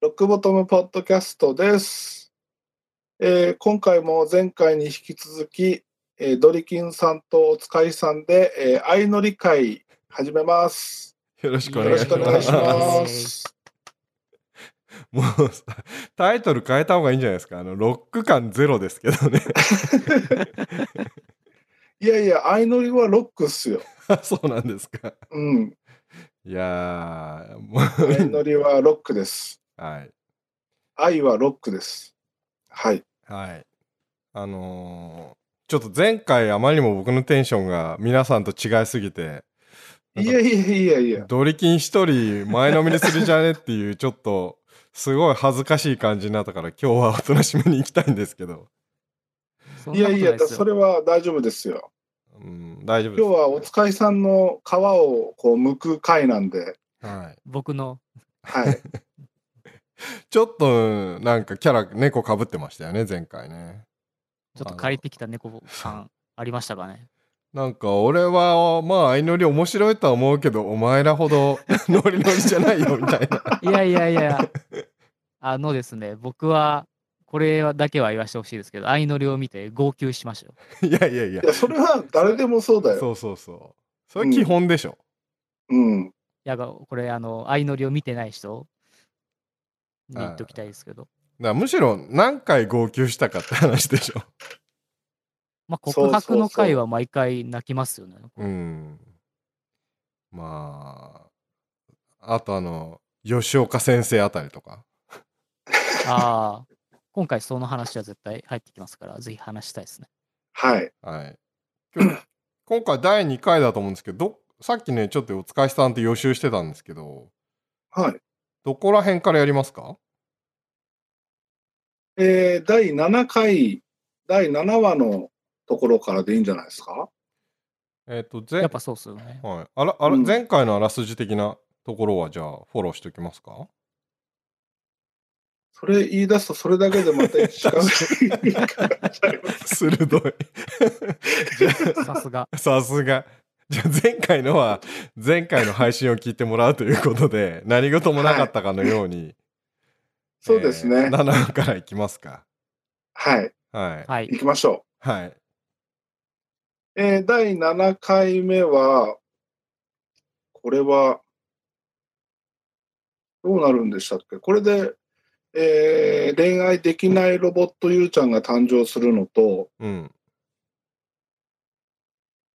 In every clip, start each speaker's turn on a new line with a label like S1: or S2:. S1: ロックボトムポッドキャストです。えー今回も前回に引き続き、えードリキンさんとおつかいさんで、えー相乗り会始めます。
S2: よろしくお
S1: よ
S2: 願
S1: ろ
S2: い
S1: し
S2: し
S1: くお願
S2: ま
S1: い
S2: す。
S1: します。
S2: もうさタイトル変えた方がいいんじゃないですか。あのロック感ゼロですけどね。
S1: いやいや、相乗りはロックっすよ。
S2: そうなんですか。
S1: うん、
S2: いやー、もう
S1: 相乗りはロックです。
S2: はい
S1: 愛はロックです。はい。
S2: はい。あのーちょっと前回あまりにも僕のテンションが皆さんと違いすぎて、なん
S1: い
S2: か
S1: やいやいやいや、
S2: ドリキン一人前のめりするじゃねっていうちょっとすごい恥ずかしい感じになったから今日はおとなしめに行きたいんですけど、
S1: いやいや、そ
S3: れ。
S1: れは大丈夫ですよ。
S2: うん、大丈夫です。
S1: 今日はお使いさんの皮をこう剥く回なんで、
S2: はい。
S3: 僕の。
S1: はい。
S2: ちょっとなんかキャラ猫かぶってましたよね前回ね
S3: ちょっと借りてきた猫感ありましたかね。
S2: なんか俺はまあ相乗り面白いとは思うけどお前らほど ノリノリじゃないよみたいない
S3: やいやい や。あのですね、僕は、これはだけは言わせてほしいですけど、相乗りを見て号泣しましたよ。
S2: いやいやいや
S1: いや、それは誰でもそうだよ。
S2: そうそうそうそれ基本でしょ、
S1: うん。
S3: いや、がこれ、あの、相乗りを見てない人に言っときたいですけど、
S2: だからむしろ何回号泣したかって話でしょ
S3: まあ、
S1: そう
S3: 告白
S1: そう
S3: の
S1: そう
S3: 回は毎回泣きますよね。
S2: うんまああとあの吉岡先生あたりとか
S3: ああ、今回その話は絶対入ってきますから、ぜひ話したいですね。
S1: はい。
S2: はい。 今日今回第2回だと思うんですけどど、さっきね、ちょっとお使いさんと予習してたんですけど、
S1: はい。
S2: どこら辺からやりますか
S1: えー第7回、第7話のところからでいいんじゃないですか
S2: えっ、と、
S3: や
S2: 前
S3: っぱそうっすよね。
S2: はい、あらあら
S1: うん
S2: 前回のあらすじ的なところは、じゃあ、フォローしておきます か
S1: それ言い出すとそれだけでまた1時間
S2: 鋭い。じゃ
S3: さすが。
S2: あ さすが。じゃあ、前回のは、前回の配信を聞いてもらうということで、何事もなかったかのように、
S1: そうです
S2: え
S1: ね
S2: ー。7話からいきますか。
S1: はい。
S2: はい。
S3: はい。
S1: 行きましょ
S2: はい。
S1: う。えー第7回目は、これは、どうなるんでしたっけこれで、えー恋愛できないロボットゆうちゃんが誕生するのと、
S2: うん。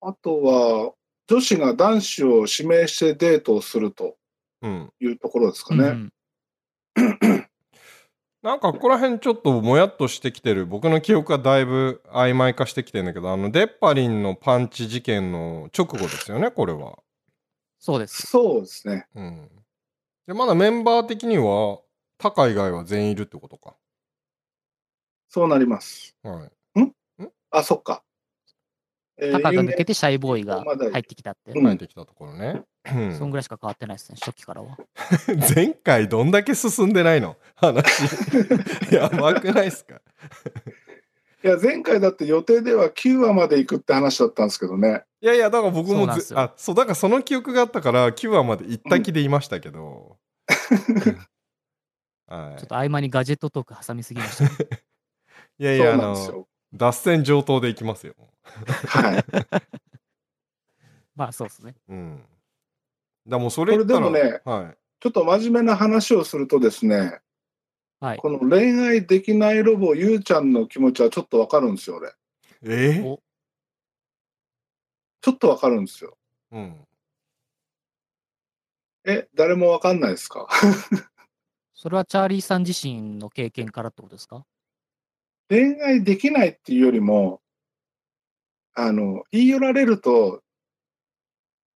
S1: あとは、女子が男子を指名してデートをすると
S2: うん。
S1: いうところですか
S3: うんう
S1: ね。
S3: ん
S2: なんかここら辺ちょっともやっとしてきてる僕の記憶がだいぶ曖昧化してきてるんだけどあのデッパリンのパンチ事件の直後ですよねこれは。
S3: そうです。
S1: そうですね。
S2: うん、でまだメンバー的にはタカ以外は全員いるってことか。
S1: そうなります。
S2: はい、
S1: あ、そっか。え
S3: タカが
S1: 有名
S3: 抜けてシャイボーイが入ってきたって
S1: う。ん
S2: 帰ってきたところね。うん
S3: そんぐらいしか変わってないですね、初期からは。
S2: 前回どんだけ進んでないの 話やばくないですか
S1: いや、前回だって予定では9話まで行くって話だったんですけどね。
S2: いやいやだから僕
S3: そ
S2: も
S3: うなんです
S2: ず
S3: よ
S2: あそうだからその記憶があったから9話まで行った気でいましたけど。はい
S3: ちょっと合間にガジェットトーク挟みすぎました ね。
S2: いやい
S1: そ
S2: や、
S1: う
S2: あ
S1: なんです
S2: の、
S1: よ。
S2: 脱線上等でいきますよ。
S1: はい。
S3: まあそうですね。
S2: うん。だもうそれ言ったら
S1: これでもね
S2: は
S1: ちょっと真面目な話をするとですね、
S3: はい。
S1: この恋愛できないロボゆうちゃんの気持ちはちょっとわかるんですよ、俺。
S2: い。え
S3: お
S1: ちょっとわかるんですよ。
S2: うん。
S1: え、誰もわかんないですか
S3: それはチャーリーさん自身の経験からってことですか
S1: 恋愛できないっていうよりも、あの、言い寄られると、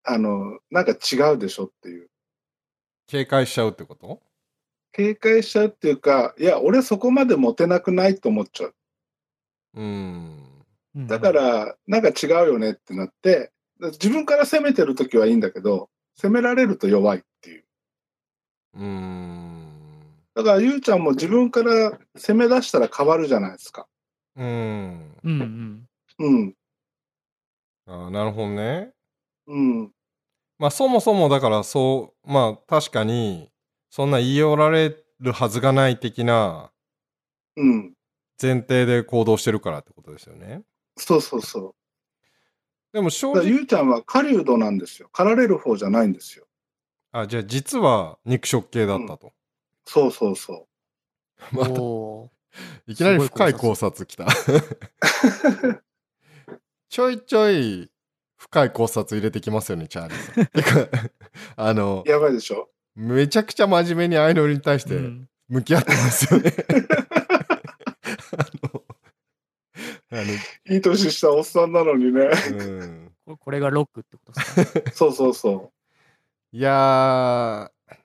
S1: あの、なんか違うでしょっていう。
S2: 警戒しちゃうってこと
S1: 警戒しちゃうっていうか、いや、俺そこまでモテなくないと思っちゃう。
S2: うん。
S3: うん
S1: だか、ら、なんか違うよねってなって、自分から責めてるときはいいんだけど、責められると弱いっていう。
S2: うん。
S1: だから、ゆうちゃんも自分から責め出したら変わるじゃないですか。
S2: うん。
S3: うん うん。
S1: うん、
S2: あなるほどね。
S1: うん、
S2: まあそもそもだからそう、まあ確かに、そんな言い寄られるはずがない的な
S1: うん。
S2: 前提で行動してるからってことですよね。
S1: そうそうそう。
S2: でも正
S1: だから
S2: 直、
S1: ゆうちゃんは狩人なんですよ。狩られる方じゃないんですよ。
S2: あ、じゃあ実は肉食系だったと。
S1: そうそうそ
S2: また
S3: おー
S2: いきなり深い
S3: すご
S2: 考察きた。ちょいちょい深い考察入れてきますよね、チャーリーさん。てか、 あの
S1: う。、やばいでしょ
S2: めちゃくちゃ真面目にアイドルに対し
S3: う
S2: て
S3: ん
S2: 向き合ってますよね。 あの、
S1: いい年したおっさんなのにね。
S2: あの、うん。
S3: ここれがロックってことです か、ね、
S1: そうそうそ
S2: いやー、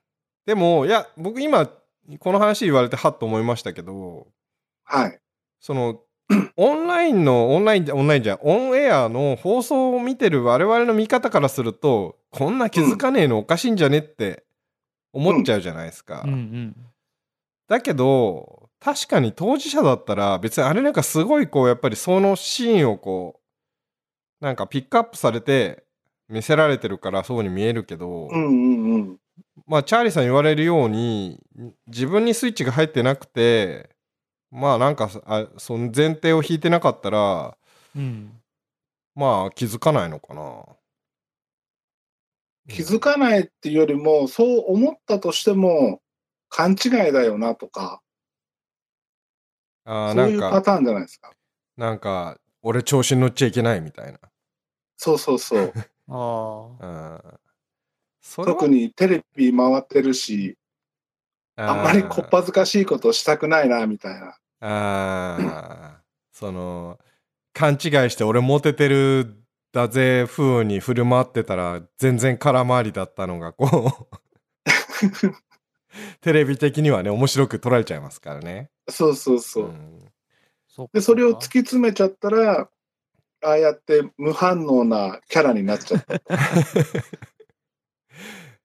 S2: でも、いや、僕今、この話言われてはっと思いましたけど、
S1: う。はい。
S2: その オンラインのオンラインじゃオンラインじゃオンエアの放送を見てる我々の見方からするとこんな気づかねえのおかしいんじゃねって思っちゃうじゃないですか、
S3: うんうん。
S2: だけど確かに当事者だったら別にあれなんかすごいこうやっぱりそのシーンをこうなんかピックアップされて見せられてるからそうに見えるけど、
S1: うんうんうん。
S2: まあチャーリーさん言われるように自分にスイッチが入ってなくてまあなんかあその前提を引いてなかったら
S3: うん。
S2: まあ気づかないのかな。
S1: 気づかないっていうよりも、そう思ったとしても、勘違いだよなとか、
S2: あー
S1: そ
S2: な
S1: うんいうパ
S2: か、
S1: ターンじゃないですか。
S2: なんか、俺調子に乗っちゃいけないみたいな。
S1: そうそう そう。
S3: ああ。
S2: うん。それは
S1: 特にテレビ回ってるし、あんまりこっぱずかしいことしたくないな、みたいな。
S2: あーあー。その、勘違いして俺モテてるだぜ風に振る舞ってたら、全然空回りだったのが、こう、 テレビ的にはね、面白く捉えちゃいますからね。
S1: そうそうそう。
S2: ん
S3: そっか
S1: で、それを突き
S3: そっか
S1: 詰めちゃったら、ああやって無反応なキャラになっちゃった。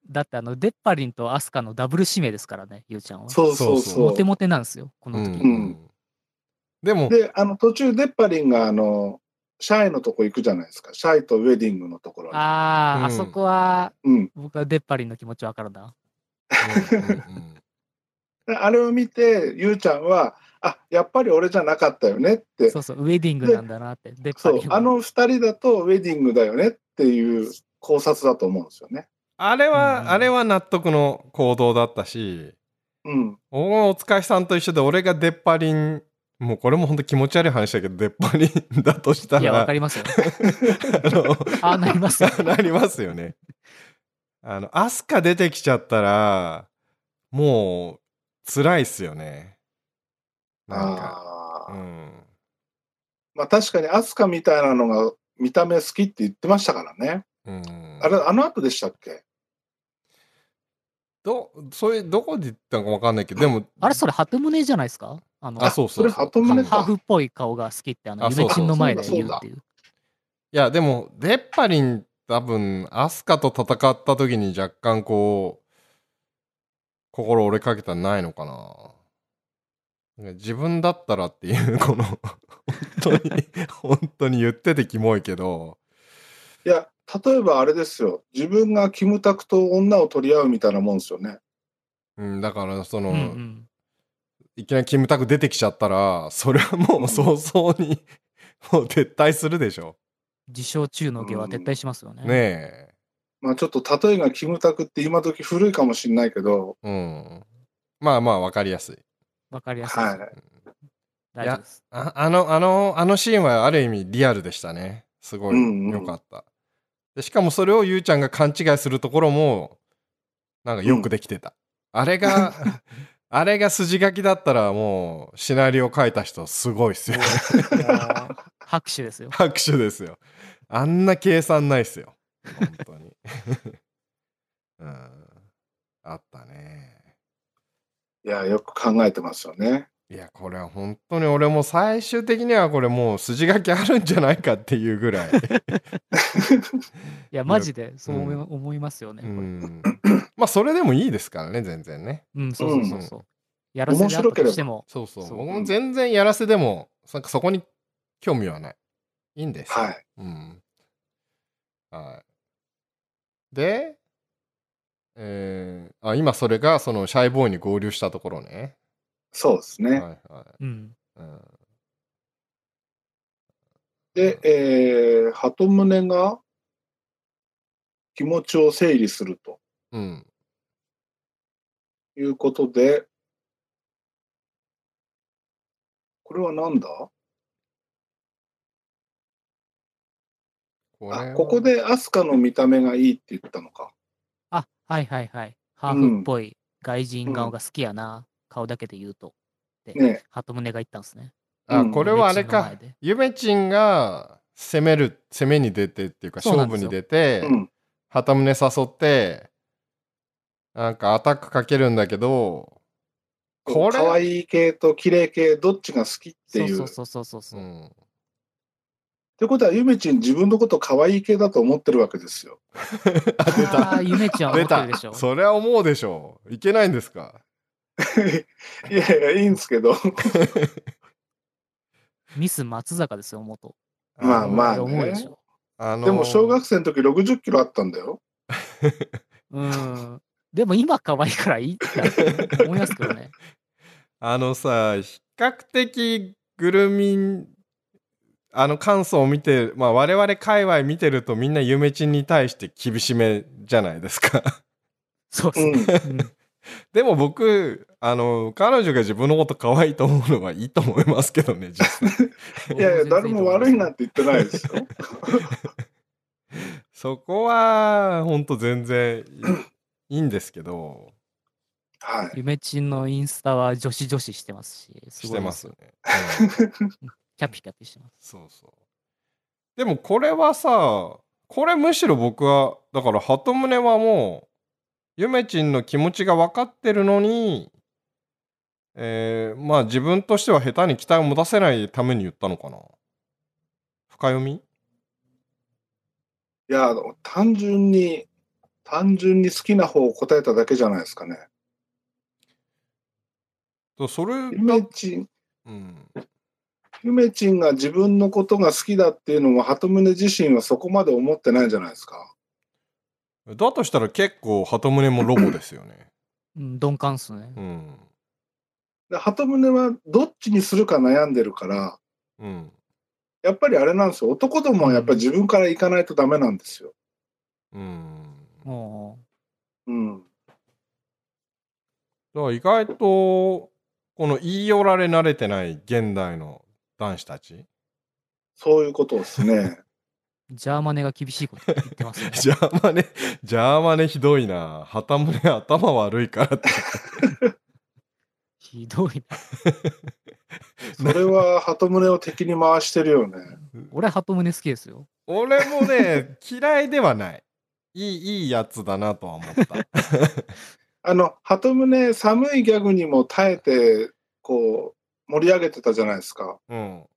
S3: だってあの、デッパリンとアスカのダブル指名ですからね、ゆうちゃん は。
S1: そうそうそ
S3: モ
S1: う。
S3: テモテなんですよ、この時。
S1: うん
S2: でも、
S1: で、あの途中、デッパリンがあの、シャイのとこ行くじゃないですか。シャイとウェディングのところに。
S3: ああ、
S2: うん
S3: あそこは、
S1: うん。
S3: 僕はデッパリンの気持ちわかるな。
S2: うんうんうん
S1: であれを見て、ゆうちゃんは、あ、やっぱり俺じゃなかったよねって。
S3: そ
S1: そう
S3: そう、ウェディングなんだなって、デッパ
S1: う
S3: リン。
S1: あ、の二人だとウェディングだよねっていう考察だと思うんですよね。
S2: あれ
S3: う
S2: は、
S3: ん
S2: あれは納得の行動だったし、
S1: うん。
S2: おお疲れさんと一緒で俺が出っ張りん、もうこれも本当気持ち悪い話だけど、出っ張りんだとした
S3: いや、わ
S2: ら、
S3: かりますよ。
S2: あの、
S3: ああ、なりますよ。
S2: なりますよね。あの、アスカ出てきちゃったら、もう、辛いっすよね。なんか、
S1: あ
S2: う
S1: あ。
S2: ん。
S1: まあ確かに、アスカみたいなのが見た目好きって言ってましたからね。
S2: うん、
S1: あれ、あの後でしたっけ
S2: ど、そういう、どこで言ったのかわかんないけど、でも、
S3: あれ、それ、ハトムネじゃないですかあの、
S2: あ、そうそ
S1: そ
S2: う
S1: れ鳩宗
S2: う
S1: か
S2: ん
S3: ハーフっぽい顔が好きって、あの、
S2: あ
S3: ゆめちんの前で
S1: そう
S3: 言
S1: そうう
S3: っていう。
S2: いや、でも、デッパリン、多分、アスカと戦った時に若干こう、心折れかけたんないのかな。なんか自分だったらっていう、この、本当に、本当に言っててキモいけど、
S1: いや、例えばあれですよ。自分がキムタクと女を取り合うみたいなもんですよね。
S2: うん、だから、その、
S3: うんうん。
S2: いきなりキムタク出てきちゃったら、それはもう早々に、 もう撤退するでしょ。
S3: 自称中の下は撤退しますよね。
S2: ね
S1: まあちょっと例えがキムタクって今時古いかもしれないけど、
S2: え。うん。まあまあ、わかりやすい。
S3: わかりやすいです。
S1: はい。
S3: 大丈夫です。
S2: ああの、あの、あのシーンはある意味リアルでしたね。すご
S1: うんう
S2: い
S1: ん
S2: 良かった、で。しかもそれをゆうちゃんが勘違いするところも、なんかよくできてた。あ れが、あれが筋書きだったらもうシナリオ書いた人すごいっすよ。
S3: もう拍手ですよ。
S2: 拍手ですよ。あんな計算ないっすよ。本当に。 うん。あったね。
S1: いや、よく考えてますよね。
S2: いや、これは本当に俺も最終的にはこれもう筋書きあるんじゃないかっていうぐらい。
S3: いや、マジで、そう思い思いますよね。
S2: う
S3: これ
S2: ん、まあそれでもいいですからね全然ね
S3: うん、そうそうそうそう。やらせ
S1: 面
S3: であった
S1: 白ければ
S3: としても、
S2: そうそう
S3: そう
S2: 僕も全然やらせでもなんかそこに興味はないいいんです、
S1: はい。
S2: うんはい、でえーあ今それがそのシャイボーイに合流したところね。
S1: そうです
S2: は
S1: ね
S2: い。はい
S3: うん。
S2: うん
S1: で、えー、鳩胸が気持ちを整理すると
S2: うん。
S1: いうことで、これはなんだ
S2: こ
S1: あここでアスカの見た目がいいって言ったのか。
S3: あ、はいはいはい。ハーフっぽい外人顔が好きやな。顔だけで言うと。で、
S1: ね
S3: 鳩胸が言ったんですね。
S2: あ、
S1: うん
S2: これはあれ
S3: 夢
S2: か
S3: 賃の前で。
S2: ゆめちんが攻める、攻めに出てっていうか、
S3: そうな
S2: 勝
S3: んで
S2: 負
S3: すよ
S2: に出て
S1: う、ん。
S2: 旗胸誘って、なんかアタックかけるんだけど、これ、
S1: 可愛い系と綺麗系、どっちが好きって
S3: そ
S1: いうう。
S3: そうそうそうそうそうう、
S2: ん、
S1: ってことは、ゆめちん自分のこと可愛い系だと思ってるわけですよ。
S2: あ、 出
S3: あ
S2: た
S3: あ、。ゆめちゃんは思
S2: 出
S3: ってるでしょ
S2: た。。 そりゃ思うでしょう。いけないんですか。
S1: いやいや、いいんですけど。
S3: ミス松坂ですよ、元。
S1: まあまあ
S3: 思うでしょ。
S2: あのー
S1: でも、小学生の時60キロあったんだよ。
S3: うん。でも今可愛いからいいって思いますけどね。
S2: あのさ、比較的グルミン、あの感想を見て、まあ我々界隈見てるとみんなゆめちんに対して厳しめじゃないですか。
S3: そう
S1: う。
S3: そうんうん。
S2: でも僕、あの、彼女が自分のこと可愛いと思うのはいいと思いますけどね、実際
S1: いやいや、誰も悪いなんて言ってないです よ。
S2: そこは、ほんと全然いいいんですけど、
S1: はい。
S3: ゆめちんのインスタは女子女子してますし、す
S2: し
S3: ご
S2: て
S3: いで
S2: ますす
S3: よ
S2: ね。うん
S3: キャピキャピしてます。
S2: そうそう。でもこれはさ、これむしろ僕は、だから鳩胸はもう、ゆめちんの気持ちが分かってるのに、えー、まあ自分としては下手に期待を持たせないために言ったのかな。深読み
S1: いや、あの単純に、単純に好きな方を答えただけじゃないですかね。
S2: とそれ、
S1: ゆめちん、
S2: うん。
S1: ゆめちんが自分のことが好きだっていうのも、鳩宗自身はそこまで思ってないんじゃないですか。
S2: だとしたら結構鳩胸もロボですよね。
S3: うん、鈍感っすね
S2: う。ん。
S1: で鳩宗はどっちにするか悩んでるから、
S2: うん。
S1: やっぱりあれなんですよ。男どもはやっぱり自分から行かないとダメなんですよ。
S2: うん。
S3: も
S1: うん。
S2: だから意外と、この言い寄られ慣れてない現代の男子たち。。
S1: そういうことですね。
S3: う、ジャーマネが厳しいこと言ってますね
S2: ジャーマネ、ジャーマネひどいな。旗胸頭悪いからって。
S3: ひどいな。
S1: それは鳩胸を敵に回してるよね。
S3: 俺、鳩胸好きですよ。
S2: 俺もね、嫌いではない。いい、いいやつだなとは思った。
S1: あの、鳩胸、寒いギャグにも耐えて、こう、盛り上げてたじゃないですか。
S2: うん。
S3: うん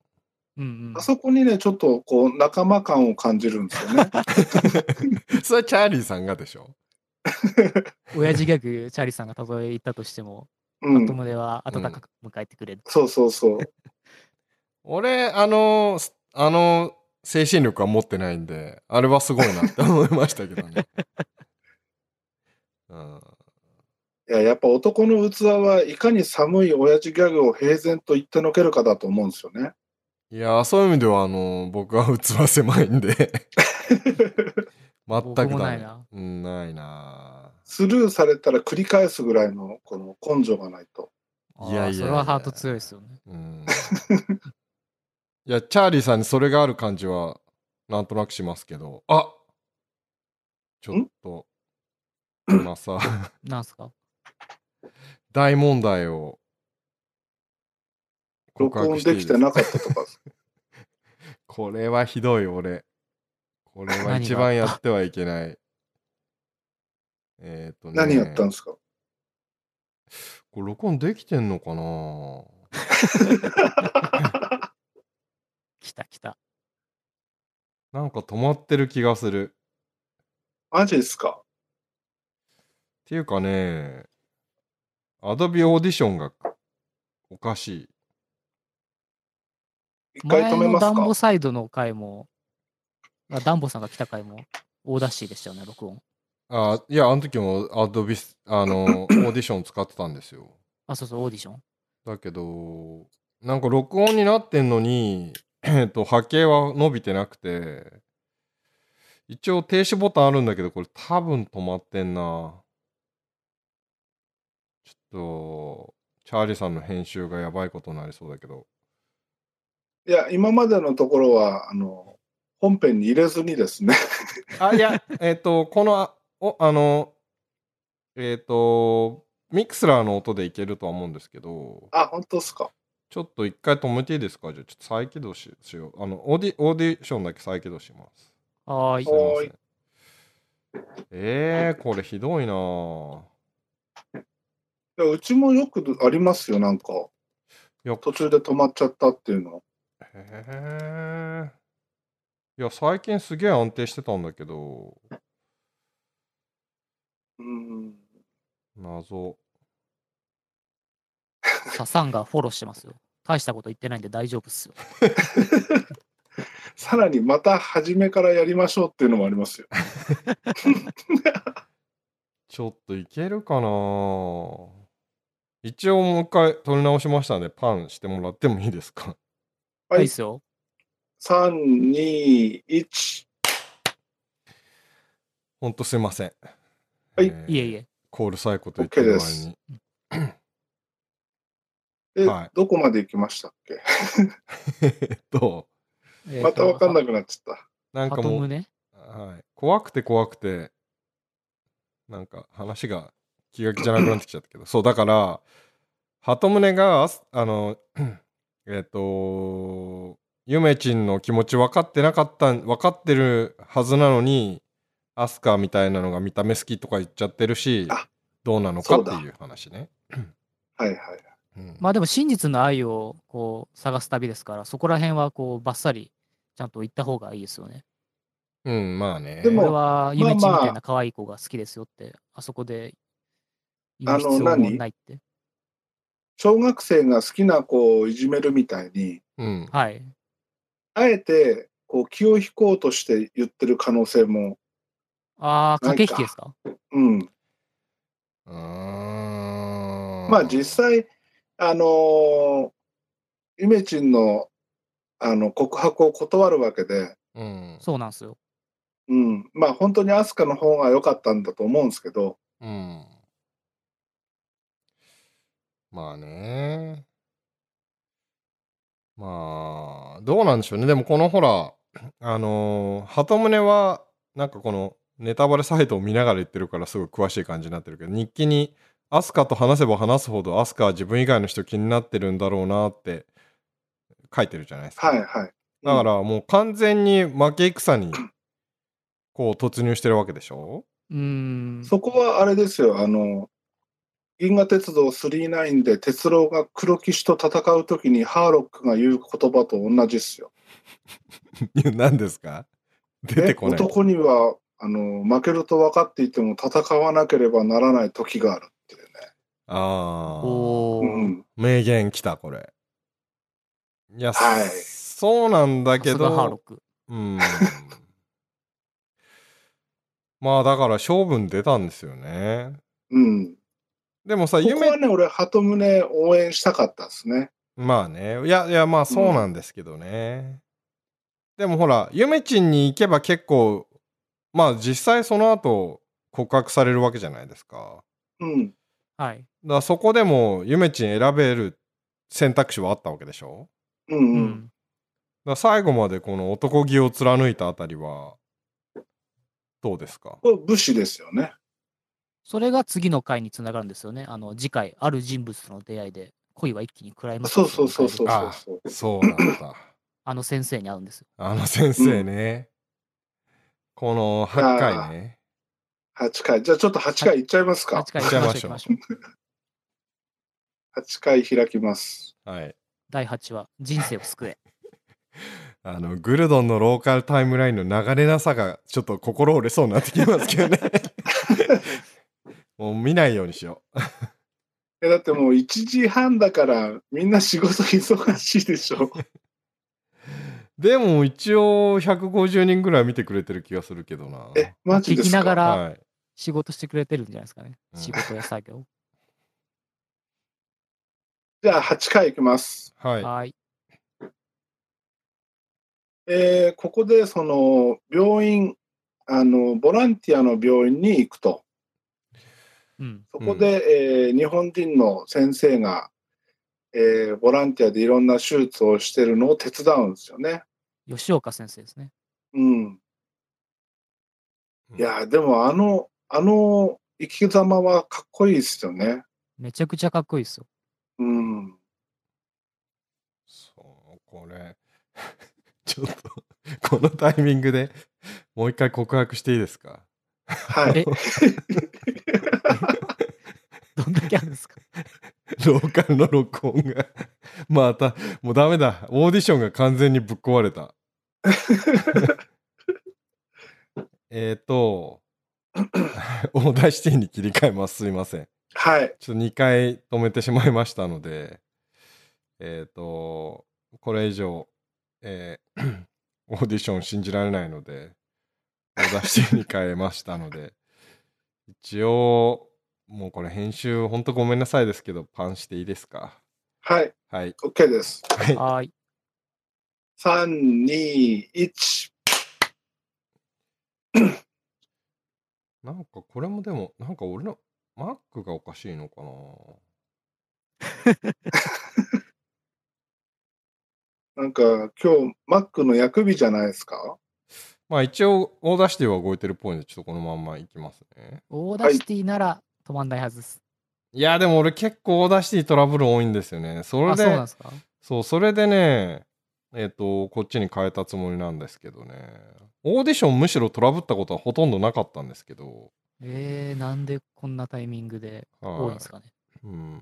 S3: うん
S1: あ。そこにね、ちょっと、こう、仲間感を感じるんですよね。
S2: それはチャーリーさんがでしょ。
S3: 親父ギャグ、チャーリーさんがたとえ言ったとしても、
S1: う
S3: 鳩
S1: ん。
S3: 胸は温かく迎えてくれる。
S1: そうそうそう。
S2: 俺、あの、すあの、精神力は持ってないんで、あれはすごいなって思いましたけど ね。うん。
S1: いや、やっぱ男の器はいかに寒い親父ギャグを平然と言ってのけるかだと思うんですよね。
S2: いや、そういう意味では、あの、僕は器狭いん で。全くダメ
S3: 僕もないな。
S2: うん、ないな。
S1: スルーされたら繰り返すぐらいの、この根性がないと。
S2: い
S3: あ
S2: やいやい
S3: あ
S2: や
S3: それはハート強いですよね。
S2: うんいや、チャーリーさんにそれがある感じは、なんとなくしますけど、あちょっと、今さ、
S3: なんすか
S2: 大問題を、
S1: 録音
S2: してい
S1: で
S2: い
S1: き
S2: す
S1: てなかったとか。
S2: これはひどい、俺。これは一番やってはいけない。えっとね。
S1: 何やったんですか
S2: これ録音できてんのかな
S3: 来た来た。
S2: なんか止まってる気がする。
S1: マジですか
S2: っていうかね、アドビオーディションがおかしい。
S1: 一回
S3: 前
S1: 止め
S3: の
S1: ます
S3: ダ
S1: か
S3: ンボサイドの回も、あダンボさんが来た回も、大ダッシーでしたよね、録音。
S2: あいや、あの時もアドビス、あの、オーディション使ってたんですよ。
S3: あ、そうそう、オーディション。
S2: だけど、なんか録音になってんのに、えっと、波形は伸びてなくて、一応停止ボタンあるんだけど、これ多分止まってんな。ちょっと、チャーリーさんの編集がやばいことになりそうだけど。
S1: いや、今までのところは、あの、本編に入れずにですね。
S2: あ、いや、えっと、この、あおあの、えっ、と、ミクスラーの音でいけるとは思うんですけど、
S1: あ、本当ですか。
S2: ちょっと一回止めていいですかじゃあ、ちょっと再起動ししよう。あの、オーディ、オーディションだけ再起動します。
S3: はーい
S2: すい。ません。えー、これひどいなぁ。
S1: いやうちもよくありますよ、なんか。
S2: いや
S1: 途中で止まっちゃったっていうのは。
S2: へえ。いや、最近すげえ安定してたんだけど、
S1: うん。
S2: 謎。
S3: ササンがフォローしてますよ。大したこと言ってないんで大丈夫っすよ。
S1: さらにまた初めからやりましょうっていうのもありますよ。
S2: ちょっといけるかなぁ。一応もう一回取り直しましたんで、パンしてもらってもいいですか
S1: はい
S3: はい、いっすよ。
S1: 3、2、1。
S2: ほんとすいません。
S1: はい
S2: ー
S3: いえいえ。
S2: コールサイコと言ってる
S1: オッケーです
S2: 割に。
S1: で、
S2: はい
S1: どこまで行きましたっけ
S2: えっと、
S3: えー
S1: またわかんな
S3: と
S1: くなっちゃった。
S2: なん
S3: ハ
S2: か
S3: ト
S2: もう
S3: ム、ね。
S2: はい、怖くて怖くてなんか話が気が気じゃなくなってきちゃったけどそうだから鳩宗があすあの えっ、とゆめちんの気持ち分かってなかったん分かってるはずなのにアスカみたいなのが見た目好きとか言っちゃってるし
S1: あ
S2: どうなのか
S1: そ
S2: っ
S1: う
S2: て
S1: だ
S2: いう話ね。
S1: はいはい。
S2: うん
S3: まあでも真実の愛をこう探す旅ですから、そこら辺はこうバッサリちゃんと言った方がいいですよね。
S2: うん、まあね。
S1: でも
S3: 俺はゆめち
S1: まあ
S3: み
S1: まあ
S3: たいな可愛い子が好きですよって、あそこで言う必要
S1: あの
S3: も
S1: 何
S3: ないって。
S1: 小学生が好きな子をいじめるみたいに、
S2: うん、
S3: はい。
S1: あえてこう気を引こうとして言ってる可能性も、
S3: ああ、
S1: な
S3: 駆
S1: いか
S3: け引きですか
S1: うん。
S2: うーん
S1: まあ実際、あのー、ゆめちんのあの告白を断るわけで、
S2: うん
S3: そうなんですよ。
S1: うん、まあ本当にアスカの方が良かったんだと思うんですけど、
S2: うん。まあね。まあ、どうなんでしょうね。でもこのほら、あのー、鳩宗は、なんかこのネタバレサイトを見ながら言ってるからすごい詳しい感じになってるけど、日記にアスカと話せば話すほどアスカは自分以外の人気になってるんだろうなって書いてるじゃないですか。
S1: はいはい。
S2: だからもう完全に負け戦にこう突入してるわけでしょ
S3: うーん。
S1: そこはあれですよ、あの、銀河鉄道39で鉄郎が黒騎士と戦うときにハーロックが言う言葉と同じですよ。
S2: いや何ですか出てこない。
S1: 男にはあの負けると分かっていても戦わなければならない時があるっていうね。
S2: ああ。
S3: お
S1: う
S3: ー。
S1: ん、
S2: 名言来た、これ。いや、
S1: はい
S2: そうなんだけ
S3: さすがハーロ
S2: ど
S3: ッ、ク。
S2: うん。 まあ、だから、勝負に出たんですよね。
S1: うん、
S2: でもさ、
S1: ここ
S2: 夢
S1: は、ね、俺、鳩胸応援したかったですね。
S2: まあね。いや、いや、まあ、そうなんですけどね。でもほら、夢ちんに行けば結構、まあ、実際その後、告白されるわけじゃないですか。
S1: うん、
S3: はい。
S2: だからそこでもゆめちん選べる選択肢はあったわけでしょ
S1: うん、うん、
S3: うん。
S2: だから最後までこの男気を貫いたあたりはどうですか
S1: これ武士ですよね。
S3: それが次の回につながるんですよね。あの、次回、ある人物との出会いで、恋は一気に食らいます。
S1: そうそうそうそうそうそう。
S2: そうなんだ
S3: あの先生に会うんですよ。
S2: あの先生ね、この8回ね
S1: 8回、じゃあちょっと8回いっちゃいますか。
S3: 8回
S2: 行
S3: 行
S2: っ
S3: き
S2: ちゃい
S3: ま
S2: ま
S3: しょ
S2: しょ
S3: う、行き
S2: う
S3: ましょう。
S1: 8回開きます。
S2: はい
S3: 第8話、人生を救え。
S2: あのグルドンのローカルタイムラインの流れなさがちょっと心折れそうになってきますけどねもう見ないようにしよう
S1: えだってもう1時半だから、みんな仕事忙しいでし ょ。
S2: でも一応150人ぐらい見てくれてる気がするけどな
S1: え、マジ
S3: 聞
S1: で
S3: き
S1: す
S3: な
S1: か
S3: がら
S2: はい
S3: 仕事してくれてるんじゃないですかね。
S2: うん
S3: 仕事や作業。
S1: じゃあ8回いきます。
S2: はい。
S3: はーい。
S1: えーここでその病院あのボランティアの病院に行くと
S3: うん。
S1: そこで、えー日本人の先生が、えーボランティアでいろんな手術をしてるのを手伝うんですよね。
S3: 吉岡先生ですね。
S1: うん、いやーでもあのあの生き様はかっこいいですよね。
S3: めちゃくちゃかっこいいですよ。
S1: うん、
S2: そう、これ、 ちょっと、このタイミングでもう一回告白していいですか
S1: はい
S3: えどんだけあるんですか
S2: 廊下の録音が。 また、もうダメだ。オーディションが完全にぶっ壊れた。 えっと、 オーダーシティに切り替えます。すいません。
S1: はい
S2: ちょっと2回止めてしまいましたので、えっ、と、これ以上、えー オーディション信じられないので、お出しに変えましたので、一応、もうこれ編集、ほんとごめんなさいですけど、パンしていいですか
S1: はい
S2: はい。
S1: OK です。
S2: はい。
S3: はーい。
S1: 3、2、1
S2: なんかこれもでも、なんか俺の、マックがおかしいのかな
S1: なんか今日マックの薬日じゃないですか
S2: まあ一応、オーダーシティは動いてるっぽいんで、ちょっとこのまんまいきますね。
S3: オーダーシティなら止まんないはずです。
S2: いや、でも俺結構オーダーシティトラブル多いんですよね。それ
S3: あ、そう
S2: で
S3: なん、ですか
S2: そう、それでね、えっ、と、こっちに変えたつもりなんですけどね。オーディションむしろトラブったことはほとんどなかったんですけど。
S3: えー、なんでこんなタイミングで
S2: はい
S3: 多いんですかね。
S2: うん。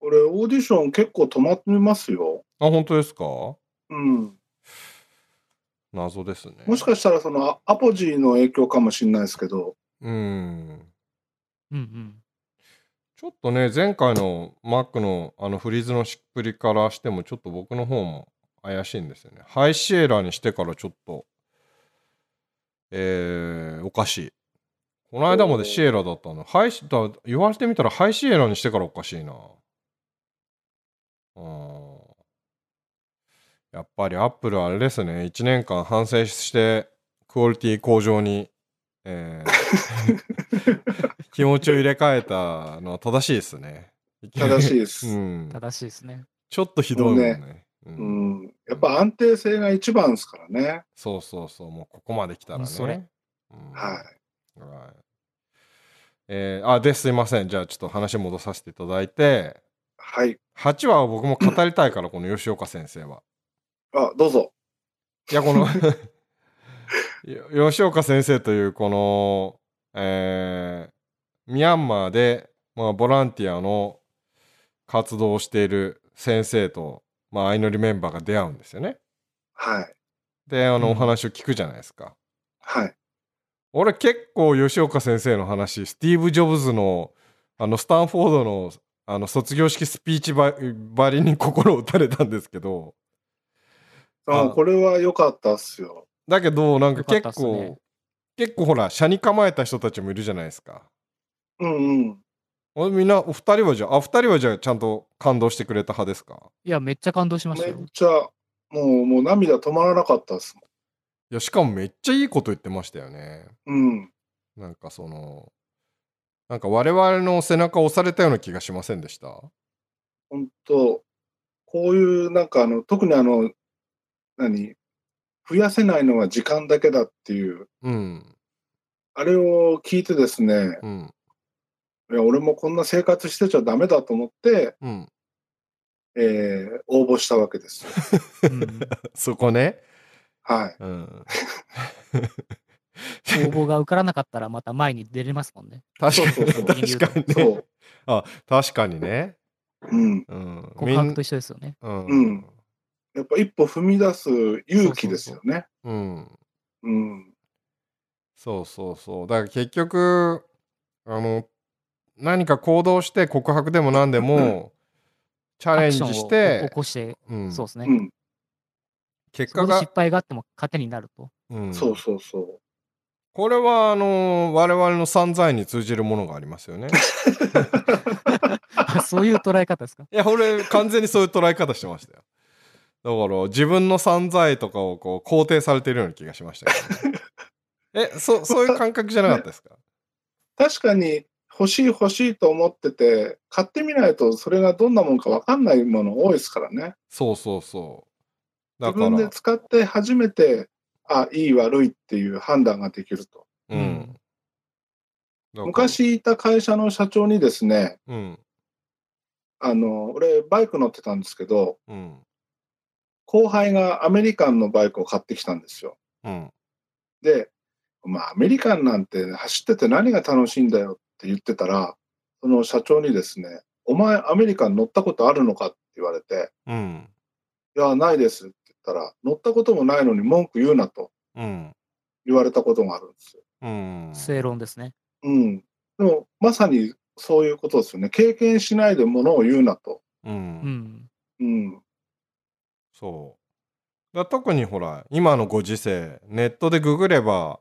S1: 俺オーディション結構止まってますよ。
S2: あ、本当ですか
S1: うん、
S2: 謎ですね。
S1: もしかしたらそのアアポジーの影響かもしれないですけど、
S2: うん。
S3: うんうん。
S2: ちょっとね、前回のマックのあのフリーズのしっぷりからしても、ちょっと僕の方も怪しいんですよね。ハイシエラにしてからちょっと、えー、おかしい。この間までシエラだったの。ハイシだ言われてみたら、ハイシエラにしてからおかしいな。うん。やっぱりアップルあれですね。1年間反省して、クオリティ向上に、えー、 気持ちを入れ替えたのは正しいですね。
S1: 正しい
S2: い
S1: で
S2: う
S1: す。
S2: ん、
S3: 正しいですね。
S2: ちょっとひどいもんね。う
S1: うんん、やっぱ安定性が一番ですからね。
S2: そうそうそう、もうここまで来たらね。
S3: もうそれ
S2: うん
S1: は
S2: はいえーあ、で、すいません。じゃあちょっと話戻させていただいて、
S1: はい。
S2: 8話を僕も語りたいから、この吉岡先生は。
S1: あ、どうぞ。
S2: いや、このよ、 吉岡先生という、この、えーミャンマーで、まあ、ボランティアの活動をしている先生と、まあ、相乗りメンバーが出会うんですよね。
S1: はい。
S2: で、あの、
S3: うん
S2: お話を聞くじゃないですか。
S1: はい。
S2: 俺、結構、吉岡先生の話、スティーブ・ジョブズの、あの、スタンフォードの、あの、卒業式スピーチばばりに心を打たれたんですけど、
S1: あ
S2: あ
S1: これは良かったっすよ。
S2: だけどなんか
S3: よかった
S2: 結
S3: っす
S2: 構
S3: ね
S2: 結構ほら車に構えた人たちもいるじゃないですか
S1: うんうん。
S2: おみんなお二人はじゃああ二人はじゃあちゃんと感動してくれた派ですか
S3: いや、めっちゃ感動しました
S1: めっ
S3: よ。
S1: ちゃ、もう、もう涙止まらなかったっす
S2: いやしかもめっちゃいいこと言ってましたよね
S1: もん。うん。
S2: なんかそのなんか我々の背中を押されたような気がしませんでした
S1: 本当こういう、なんかあの、特にあの、何増やせないのは時間だけだっていう、
S2: うん
S1: あれを聞いてですね、
S2: うん
S1: いや俺もこんな生活してちゃダメだと思って、
S2: うん
S1: えー応募したわけですよ。
S3: うん
S2: そこね
S1: はい。
S2: うん
S3: 応募が受からなかったらまた前に出れますもん ね。
S2: 確
S1: そう
S2: か
S1: そうそう
S2: に確かに
S1: そ
S2: ね
S1: う。
S2: あ確かにね
S1: うん。
S2: うん
S3: 告白と一緒ですよね。
S2: みん
S1: う
S2: うん
S1: やっぱ一歩踏み出す勇気ですよね。
S2: うん
S1: うん。
S2: そうそうそう。だから結局、あの、何か行動して告白でも何でも、チャレン
S3: アク
S2: ジ
S3: ションを
S2: し
S3: 起
S2: て、
S3: こして、
S2: うん
S3: そうですね。
S1: うん。
S2: 結
S3: そこ
S2: 果
S3: で
S2: が
S3: 失、敗があっても糧になると。
S2: うん
S1: そうそうそう。
S2: これはあのー我々の散財に通じるものがありますよね。
S3: あそういう捉え方ですか
S2: いや、俺、完全にそういう捉え方してましたよ。だから、自分の散財とかをこう肯定されてるような気がしましたけど ね、え、そ、そういう感覚じゃなかったですか
S1: 確かに欲しい欲しいと思ってて買ってみないとそれがどんなもんか分かんないもの多いですからね
S2: そうそうそう。だ
S1: 自
S2: から、
S1: 分で
S2: う
S1: 使って初めてあいい悪いっていう判断ができると
S2: ん。だから、
S1: 昔いた会社の社長にですね
S2: うん、
S1: あの俺バイク乗ってたんですけど
S2: うん、
S1: 後輩がアメリカンのバイクを買ってきたんですよ
S2: うん、
S1: で、まあ、アメリカンなんて走ってて何が楽しいんだよって言ってたらその社長にですね「お前アメリカン乗ったことあるのか?」って言われて
S2: うん、
S1: いや、ないですって言ったら、乗ったこともないのに文句言うなと
S2: うん、
S1: 言われたことがあるんですよ。
S2: うん。
S3: 正論ですね。
S1: うん。でも、まさにそういうことですよね。経験しないでものを言うなと。
S2: う、
S3: うんん。
S1: うん。
S2: そう。だから特にほら、今のご時世、ネットでググれば、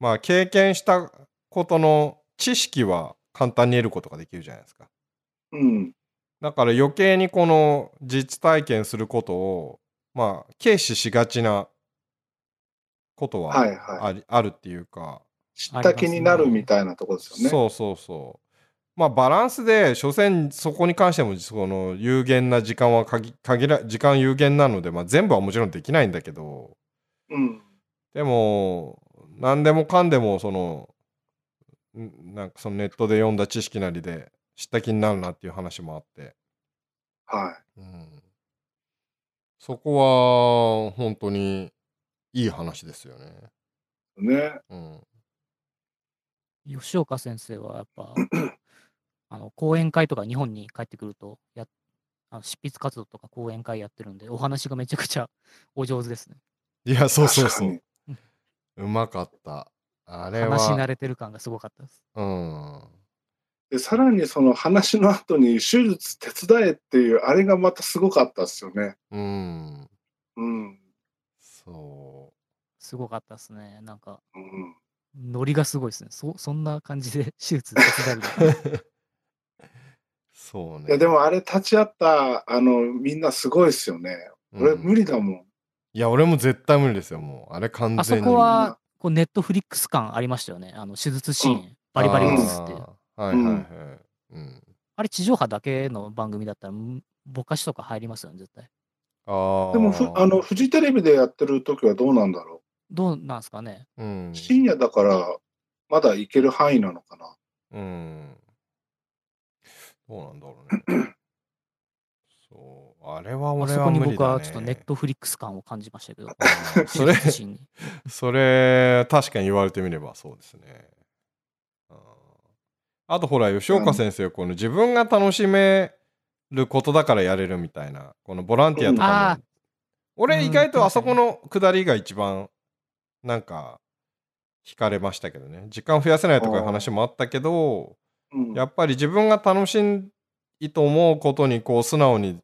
S2: まあ、経験したことの知識は簡単に得ることができるじゃないですか。
S1: うん。
S2: だから余計にこの実体験することをまあ軽視しがちなことはあ
S1: は
S2: り、
S1: いはい。
S2: あるっていうか、
S1: 知った気になるみたいなところですよね。
S2: そうそうそうまあバランスで所詮そこに関してもその有限な時間は限限ら時間有限なので、まあ、全部はもちろんできないんだけど
S1: うん。
S2: でも何でもかんでもそのんなんかそのネットで読んだ知識なりで知った気になるなっていう話もあって
S1: は
S2: うんそこは本当にいい話ですよね。
S1: い。ね。
S2: うん、
S3: 吉岡先生はやっぱあの講演会とか日本に帰ってくるとやあの執筆活動とか講演会やってるんでお話がめちゃくちゃお上手ですね。
S2: いやそうそうそ
S1: 確
S2: ううまかった。あれ
S3: 話慣
S2: は、
S3: れてる感がすごかったです。
S2: うん、
S1: で、さらにその話の後に手術手伝えっていう、あれがまたすごかったですよね。
S2: うん、
S1: うん。
S2: そ
S3: すごかったですね。なんか
S1: うん。
S3: ノリがすごいですね。そそんな感じで 手術手伝うの
S2: う、 そうね。
S1: いや、でもあれ立ち会った、あの、みんなすごいですよね。
S2: うん、
S1: 俺無理だもん。い
S2: いや、俺も絶対無理ですよ、もう。あれ完
S3: あそ
S2: 全に。
S3: こはこうネットフリックス感ありましたよね。あの手術シーン、
S1: う
S3: バリバリ映
S1: うん
S3: って。
S2: あ
S3: あ
S2: ーはいはいはい。うん、
S3: れ地上波だけの番組だったらんぼかしとか入りますよね絶対。
S2: あー
S1: でもふあの、フジテレビでやってる時はどうなんだろ
S3: どうなんですかね。
S2: うん
S1: う。深夜だからまだ行ける範囲なのかな。
S2: うん。どうなんだろ うね。そう。あれは
S3: あ
S2: 俺
S3: そ
S2: は
S3: こに
S2: 無理
S3: 僕
S2: だ、
S3: は
S2: ね。
S3: ちょっとネットフリックス感を感じましたけど。
S2: うん それ
S3: 手、術シーンに
S2: それ、確かに言われてみればそうですね。うんあとほら、吉岡先生、この自分が楽しめることだからやれるみたいな、このボランティアと
S1: うん
S3: あ
S2: か
S3: ー
S2: も。俺、意外
S3: う
S2: と
S3: ん
S2: あそこの下りが一番、なんか、惹かれましたけどね。時間増やせないとかいう話もあったけど、
S1: うん、
S2: やっぱり自分が楽しいと思うことにこう素直に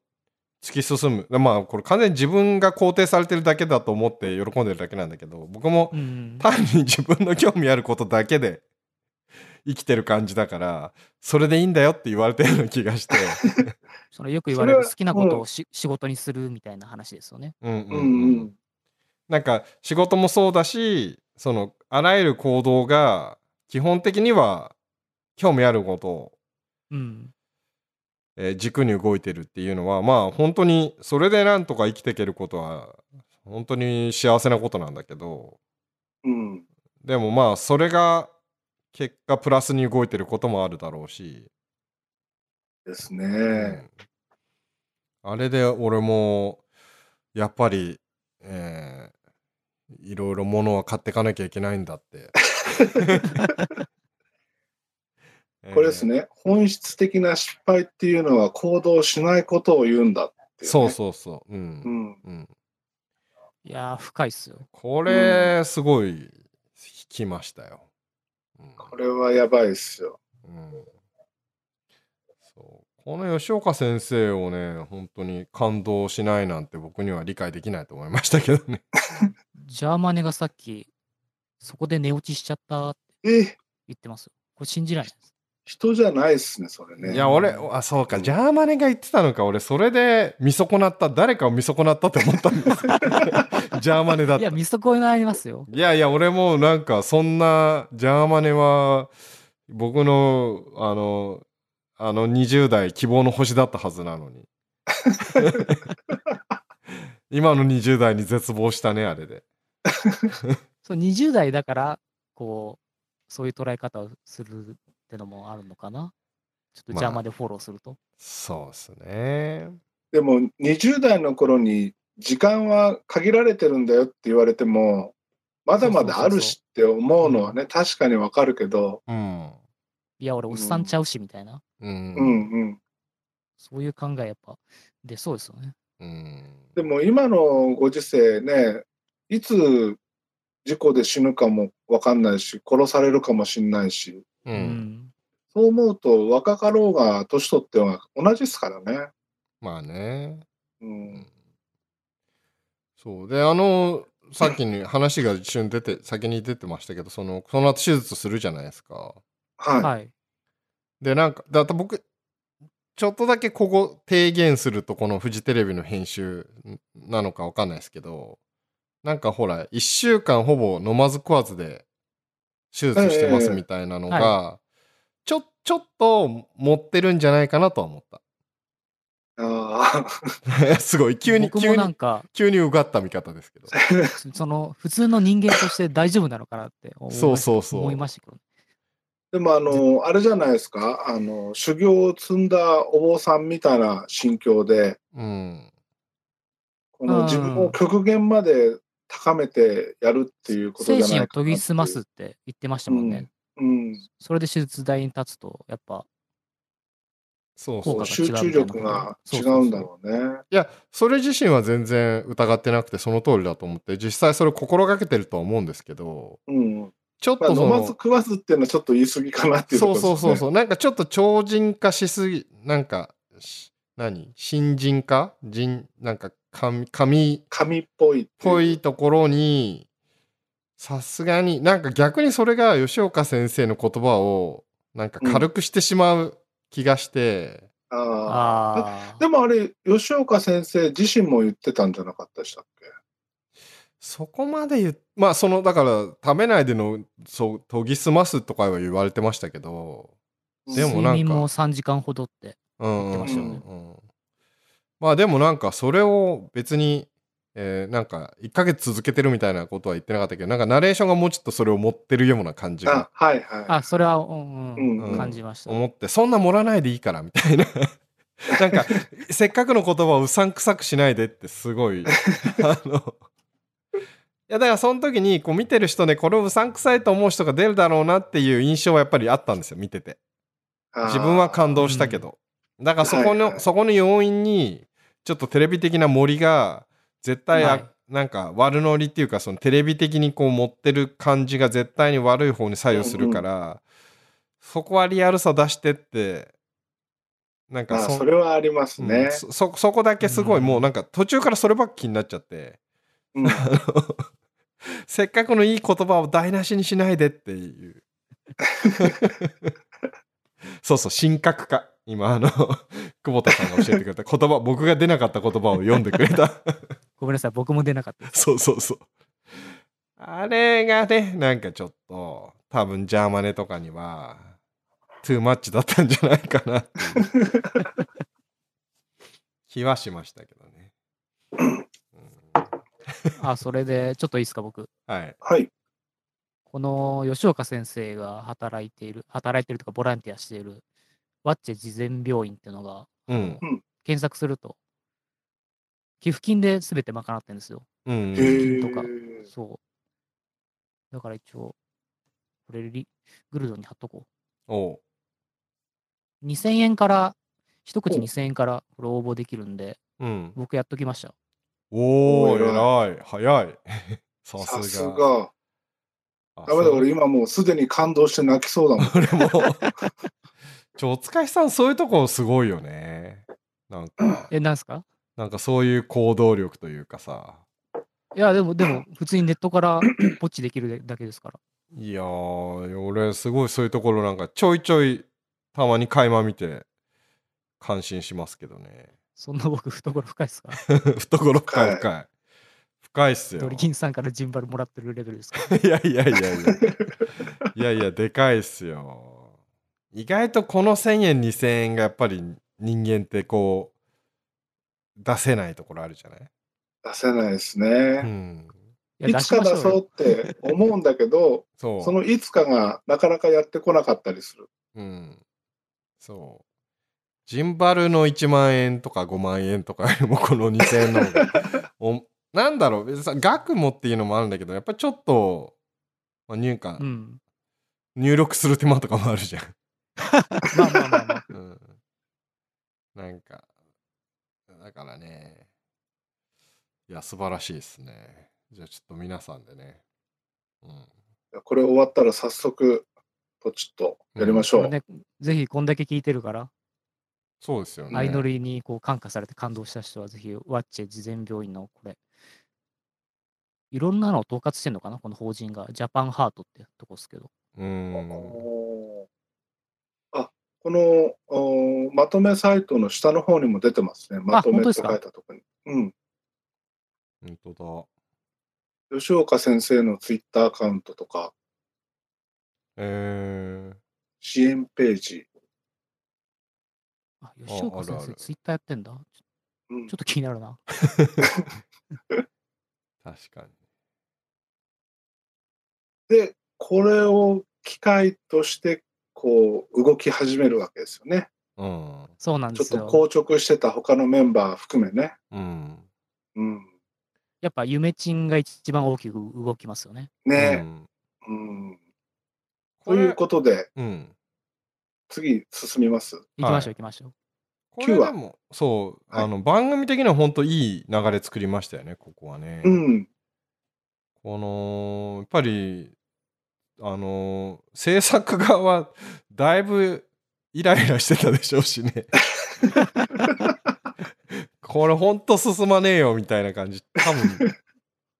S2: 突き進むまあこれ完全に自分が肯定されてるだけだと思って喜んでるだけなんだけど僕も
S3: うん
S2: 単に自分の興味あることだけで生きてる感じだからそれでいいんだよって言われてるような気がして
S3: そのよく言われ
S1: それ
S3: る
S1: は
S3: 好きなことをし、仕事にするみたいな話ですよね。
S2: うん
S1: う
S2: うん
S1: う
S2: ん、うん
S1: ん
S2: なんか仕事もそうだしそのあらゆる行動が基本的には興味あることを
S3: うん。
S2: えー軸に動いてるっていうのはまあ本当にそれでなんとか生きていけることは本当に幸せなことなんだけど
S1: うん
S2: でもまあそれが結果プラスに動いてることもあるだろうし、
S1: です
S2: う
S1: ね。
S2: んあれで俺もやっぱり、えーいろいろ物は買っていかなきゃいけないんだって。
S1: これですね、本質的な失敗っていうのは行動しないことを言うんだって
S2: えー。
S1: いうね、
S2: そうそうそう。うん。
S1: う。ん。
S2: うん
S3: いやー、深いっすよ。
S2: これ、すごい、引きましたよ。うん
S1: これはやばいですよ。
S2: うんそうこの吉岡先生をね、本当に感動しないなんて僕には理解できないと思いましたけどね。
S3: ジャーマネがさっき、そこで寝落ちしちゃったって
S1: え、
S3: 言ってますよ。これ信じられないです。
S1: 人じゃないですね、それね。
S2: いや、俺、あ、そうか、ジャーマネが言ってたのか、俺、それで見損なった、誰かを見損なったと思った んです。ジャーマネだっ
S3: い
S2: た。
S3: や、
S2: い
S3: 見損なりますよ。
S2: やいや、俺もなんか、そんな、ジャーマネは、僕の、あの、あの20代希望の星だったはずなのに。 今の20代に絶望したね、あれで。
S3: そう20代だから、こう、そういう捉え方をするってのもあるのかな。ちょっと
S2: まあ
S3: 邪魔でフォローすると。
S2: そうですね。
S1: でも20代の頃に時間は限られてるんだよって言われてもまだまだあるしって思うのはね確かにわかるけど
S2: うん。
S3: いや、俺、おっさんちゃうし、みたいな。
S2: うん。
S1: うんうん
S3: そういう考え、やっぱ、出そうですよね。
S2: うん。
S1: でも今のご時世ねいつ事故で死ぬかもわかんないし殺されるかもしんないし
S2: う。
S3: うん
S1: そう思うと若かろうが年取っては同じですからね。
S2: まあね。
S1: うん、
S2: そうであのさっき に話が一瞬出て先に出てましたけどそのその後手術するじゃないですか
S1: はい、
S3: はい。
S2: でなんかだって僕ちょっとだけここ提言するとこのフジテレビの編集なのかわかんないですけどなんかほら1週間ほぼ飲まず食わずで手術してますみたいなの
S3: ええ
S2: が、ちょちょっと持ってるんじゃないかなとは思っ
S1: ああ
S2: た すごい急に
S3: 僕
S2: 急
S3: もなん
S2: に
S3: か、
S2: 急にうがった見方ですけど
S3: そその、普通の人間として大丈夫なのかなって 思いました
S2: そうそうそう
S3: 思いましたけどね。
S1: でもあのあれじゃないですかあの修行を積んだお坊さんみたいな心境で。
S2: うん
S1: こ
S3: うん
S1: の自分を極限まで高めてやるっていうことじゃ
S3: 精
S1: ないかなっ
S3: 神を研
S1: ていう
S3: ぎ澄ますっ。て言ってましたもんね。
S1: うん、
S3: それで手術台に立つと、やっぱ、
S2: そうそ
S3: 効果
S1: そうう
S3: が
S1: 集中力が違うんだろうね。
S2: いや、それ自身は全然疑ってなくて、その通りだと思って、実際それを心がけてるとは思うんですけど、
S1: うん、
S2: ちょっ
S1: まあ
S2: とそ
S1: 飲まず
S2: の、
S1: 食わずっていうのはちょっと言い過ぎかなっていうと
S2: そ
S1: こ
S2: う
S1: ろ
S2: そうそう
S1: う
S2: そう、なんかちょっと超人化しすぎ、なんか、し何新人化人、なんか神、神っ
S1: 紙っぽいっていう
S2: ぽいところに、さすがに、なんか逆にそれが吉岡先生の言葉を、なんか軽くしてしまう気がして、
S1: ああ
S3: ああ
S1: で。もあれ吉岡先生自身も言ってたんじゃなかったでしたっけ
S2: そこまで言っまあそのだから食べないでのそう研ぎ澄ますとかは言われてましたけどでもなんか
S3: 睡眠も3時間ほどって。
S2: うんうん
S3: 言ってましたよ
S1: ね
S2: うんまあでもなんかそれを別に、えーなんか1ヶ月続けてるみたいなことは言ってなかったけどなんかナレーションがもうちょっとそれを持ってるような感じ
S1: あ
S2: が
S1: はいは
S3: あ、それは、うん
S1: う
S3: う
S1: ん
S3: ん、
S1: うん
S3: 感じました。
S2: 思ってそんな盛らないでいいからみたいな なんかせっかくの言葉をうさんくさくしないでってすごいあのいやだからその時にこう見てる人ねこれをうさんくさいと思う人が出るだろうなっていう印象はやっぱりあったんですよ見てて
S1: い。
S2: 自分は感動したけど、だからそこの、
S1: はいはい
S2: そこの要因にちょっとテレビ的な森が絶対あ、
S3: はい
S2: なんか悪ノリっていうかそのテレビ的にこう持ってる感じが絶対に悪い方に作用するから、そこはリアルさ出してってな
S1: あ
S2: ん
S1: ー。
S2: か
S1: まあ
S2: そ
S1: それはあります
S2: う
S1: ね
S2: ん。そそそこだけすごい、
S3: うん
S2: もうなんか途中からそればっか気になっちゃって
S1: うん
S2: せっかくのいい言葉を台無しにしないでっていうそうそう神格化今あの久保田さんが教えてくれた言葉僕が出なかった言葉を読んでくれた
S3: ごめんなさい、僕も出なかったです。
S2: そうそうそうあれがねなんかちょっと多分ジャーマネとかにはトゥーマッチだったんじゃないかなっていう気はしましたけどね、うん
S3: あ、それで、ちょっといいですか、僕。
S2: はい
S1: はい。
S3: この吉岡先生が働いている、働いてるとか、ボランティアしている、ワッチェ慈善病院っていうのが、
S2: うん
S3: 検索すると、寄付金で全て賄ってるんですよ。
S2: うん
S1: へえ
S3: とかそう。だから一応、これリ、グルドに貼っとこ
S2: おう
S3: う。2000円から、一口
S1: お
S3: 2000円からこれ応募できるんで、
S2: うん
S3: 僕やっときました。
S2: おお
S1: おー
S2: 偉い早い さすが
S1: さすが。
S2: あ
S1: ダメだ、
S2: そう
S1: 俺今もうすでに感動して泣きそうだもん。
S2: 俺も ちょおつかしさんそういうとこすごいよねなんか
S3: え、なんすか
S2: なんかそういう行動力というかさ
S3: いいや、でも、でも、普通にネットからポッチできるだけですから。
S2: いやー、俺、すごいそういうところなんか、ちょいちょい、たまに垣間見て、感心しますけどね。
S3: そんな僕、懐深いですから。
S2: 懐深い
S1: 深
S2: 深い。深いっすよ。
S3: ドリキンさんからジンバルもらってるレベルです から。
S2: いやいやいやいや。いやいや、でかいっすよ。意外とこの1000円、2000円がやっぱり人間ってこう、出せないところあるじゃない、
S1: 出せないです
S2: う
S1: ね。
S2: ん。
S3: い
S1: い
S3: や、出
S1: つ
S3: し
S1: か
S3: まし
S1: 出
S3: ょう
S1: そう
S3: よ。
S1: って思うんだけど、
S2: そう。
S1: そのいつかがなかなかやってこなかったりする。
S2: うん。そう。ジンバルの1万円とか5万円とかよりもこの2000円の方がおなんだろう別にさ額もっていうのもあるんだけどやっぱりちょっと、まあ、入荷
S3: うん。
S2: 入力する手間とかもあるじゃん。
S3: まあまあまあまあ。
S2: うん、なんかだからねいや素晴らしいですね。じゃあちょっと皆さんでね。うん、
S1: これ終わったら早速、ポチッとやりましょ
S3: こ
S1: う。
S3: れね、ぜひ、こんだけ聞いてるから、
S2: そうですよね。
S3: アイドルにこう感化されて感動した人は、ぜひ、ワッチェ慈善病院のこれ、いろんなのを統括してんのかな、この法人が、ジャパンハートってとこですけど。
S2: うん。
S1: おーあこのおーまとめサイトの下の方にも出てますね。まとめ
S3: 本当
S1: っ
S3: で
S1: て
S3: す
S1: 書い
S3: か
S1: たとこに。うん。
S2: 本当だ。
S1: 吉岡先生のツイッターアカウントとか、
S2: えー、
S1: 支援ページ。
S3: あ、吉岡先
S2: あ
S3: 生、
S2: る
S3: ツイッターやってんだ。ちょ
S1: うん
S3: ちょっと気になるな。
S2: 確かに。
S1: で、これを機械として、こう、動き始めるわけですよね。
S2: うん。
S3: そうなん
S1: ち
S3: で
S1: ょっ
S3: すよ。
S1: と硬直してた他のメンバー含めね。
S2: うん。
S1: うん。
S3: やっぱ、夢ちんが一番大きく動きますよね。
S2: う
S1: ね
S2: ん
S1: え。うん。
S2: ことれ
S1: いうことで、
S2: うん。
S1: 次進みます。
S3: 行きましょう、行きましょう。
S2: こ
S1: 九
S2: れ
S1: 話
S2: でも、そう、
S1: はい
S2: あの、番組的には本当いい流れ作りましたよね、ここはね。
S1: うん。
S2: この、やっぱり、あの、制作側は、だいぶイライラしてたでしょうし ね。これ本当進まねえよみたいな感じ、多分、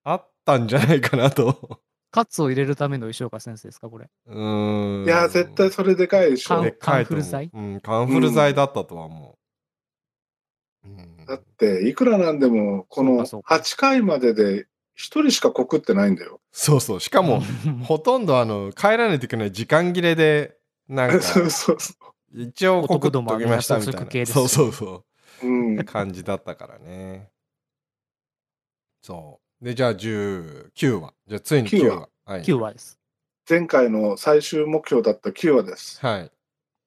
S2: あったんじゃないかなと。
S3: カツを入れるための吉岡先生ですか、これ。
S2: うーん。
S1: いや、絶対それでかいでしょ
S3: カン。
S2: でっかいと思う
S3: カンフル剤
S2: うん、カンフル剤だったとは思う。うん
S1: だって、いくらなんでも、こ
S3: そう
S1: の
S3: かそうか
S1: 8回までで一人しか告ってないんだよ。
S2: そうそう。しかも、
S3: うん
S2: ほとんどあの、帰らないといけない時間切れで、なん か、
S1: そうそうそ。
S2: 一応告っときましたみ
S3: 男どもはみん
S2: た
S3: な草食系
S2: いな。
S3: ですよ
S2: そうそうそう
S1: うん
S2: う。。感じだったからね。そう。で、じゃあ19話。じゃあついに9話。
S1: 9話
S2: はい。
S3: 9話です。
S1: 前回の最終目標だった9話です。
S2: はい。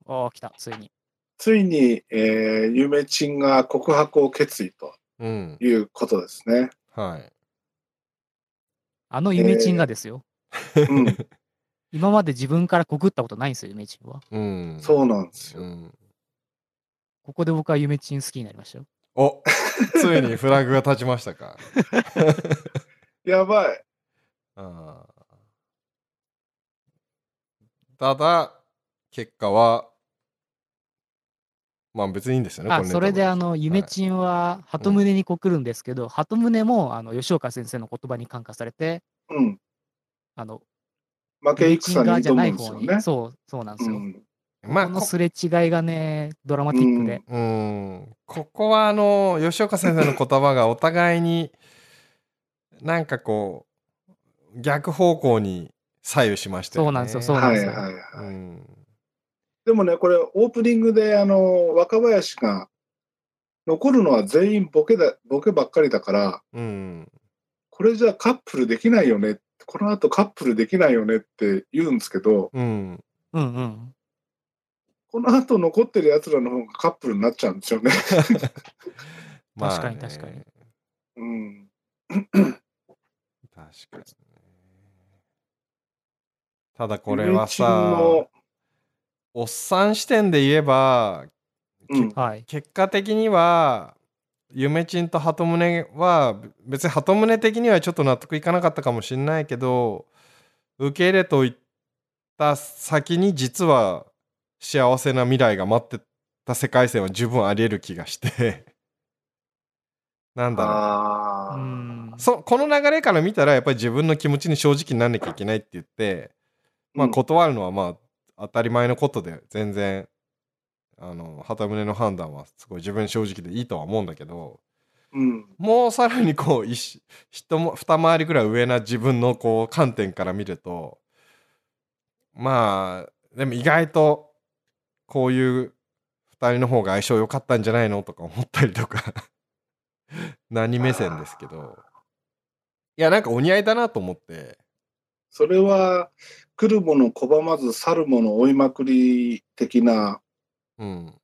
S3: ああ、来た、ついに。
S1: ついに、えー、ゆめちんが告白を決意と
S2: うん。
S1: いうことですね。
S2: はい。
S3: あの夢ちんがですよ。
S1: うん、
S3: 今まで自分から告ったことないんですよ、夢ちんは。
S2: うん。
S1: そうなんです
S2: う
S1: よ。
S2: ん。
S3: ここで僕は夢ちん好きになりましたよ。
S2: おついにフラグが立ちました か。
S1: やばい。
S2: あーただ、結果は、まあ別にいいんですよね。こ
S3: あ、
S2: ね
S3: それであ
S2: 多
S3: の、
S2: 分
S3: 夢ちんは鳩胸に告るんですけど、鳩胸もあの吉岡先生の言葉に感化されて、
S1: うん。
S3: あの、
S1: 負け
S3: 夢ちん
S1: 戦
S3: 側
S1: に
S3: じゃ
S1: 挑
S3: な
S1: む
S3: い
S1: んです
S3: 方
S1: よ
S3: に、
S1: ね。
S3: そう、そうなんです
S1: う
S3: よ。
S1: ん、
S2: まあ、
S3: この
S2: こ
S3: すれ違いがね、ドラマティックで、
S1: うん
S2: うーんここはあの吉岡先生の言葉がお互いになんかこう逆方向に左右しましたよね。
S3: そうなんですよそうなん
S1: は
S3: で
S1: い
S3: すよ
S1: はいはい。
S2: うん
S1: でもね、これオープニングであの若林が残るのは全員ボケだボケばっかりだから、
S2: うん
S1: これじゃカップルできないよね。この後カップルできないよねって言うんですけど、
S2: うん
S3: うんうん。
S1: この後残ってる奴らの方がカップルになっちゃうんですよね。
S2: まあね
S3: 確かに確かに
S1: うん。
S2: 確かにねただこ
S1: こ
S2: れはさおっさん視点で言えば、
S1: うん、
S3: はい。
S2: 結果的には夢ちんと鳩宗は別に鳩宗的にはちょっと納得いかなかったかもしれないけど受け入れといた先に実は幸せな未来が待ってた世界線は十分ありえる気がしてなんだろ
S1: ああ、
S3: うん
S2: う。そこの流れから見たらやっぱり自分の気持ちに正直になんなきゃいけないって言って、まあ、
S1: うん
S2: 断るのはまあ当たり前のことで全然あの旗胸の判断はすごい自分正直でいいとは思うんだけど
S1: うん、
S2: もうさらにこう一一も二回りぐらい上な自分のこう観点から見るとまあでも意外とこういう二人の方が相性良かったんじゃないのとか思ったりとか 何目線ですけどいやなんかお似合いだなと思って
S1: それは来るもの拒まず去るもの追いまくり的な
S2: うん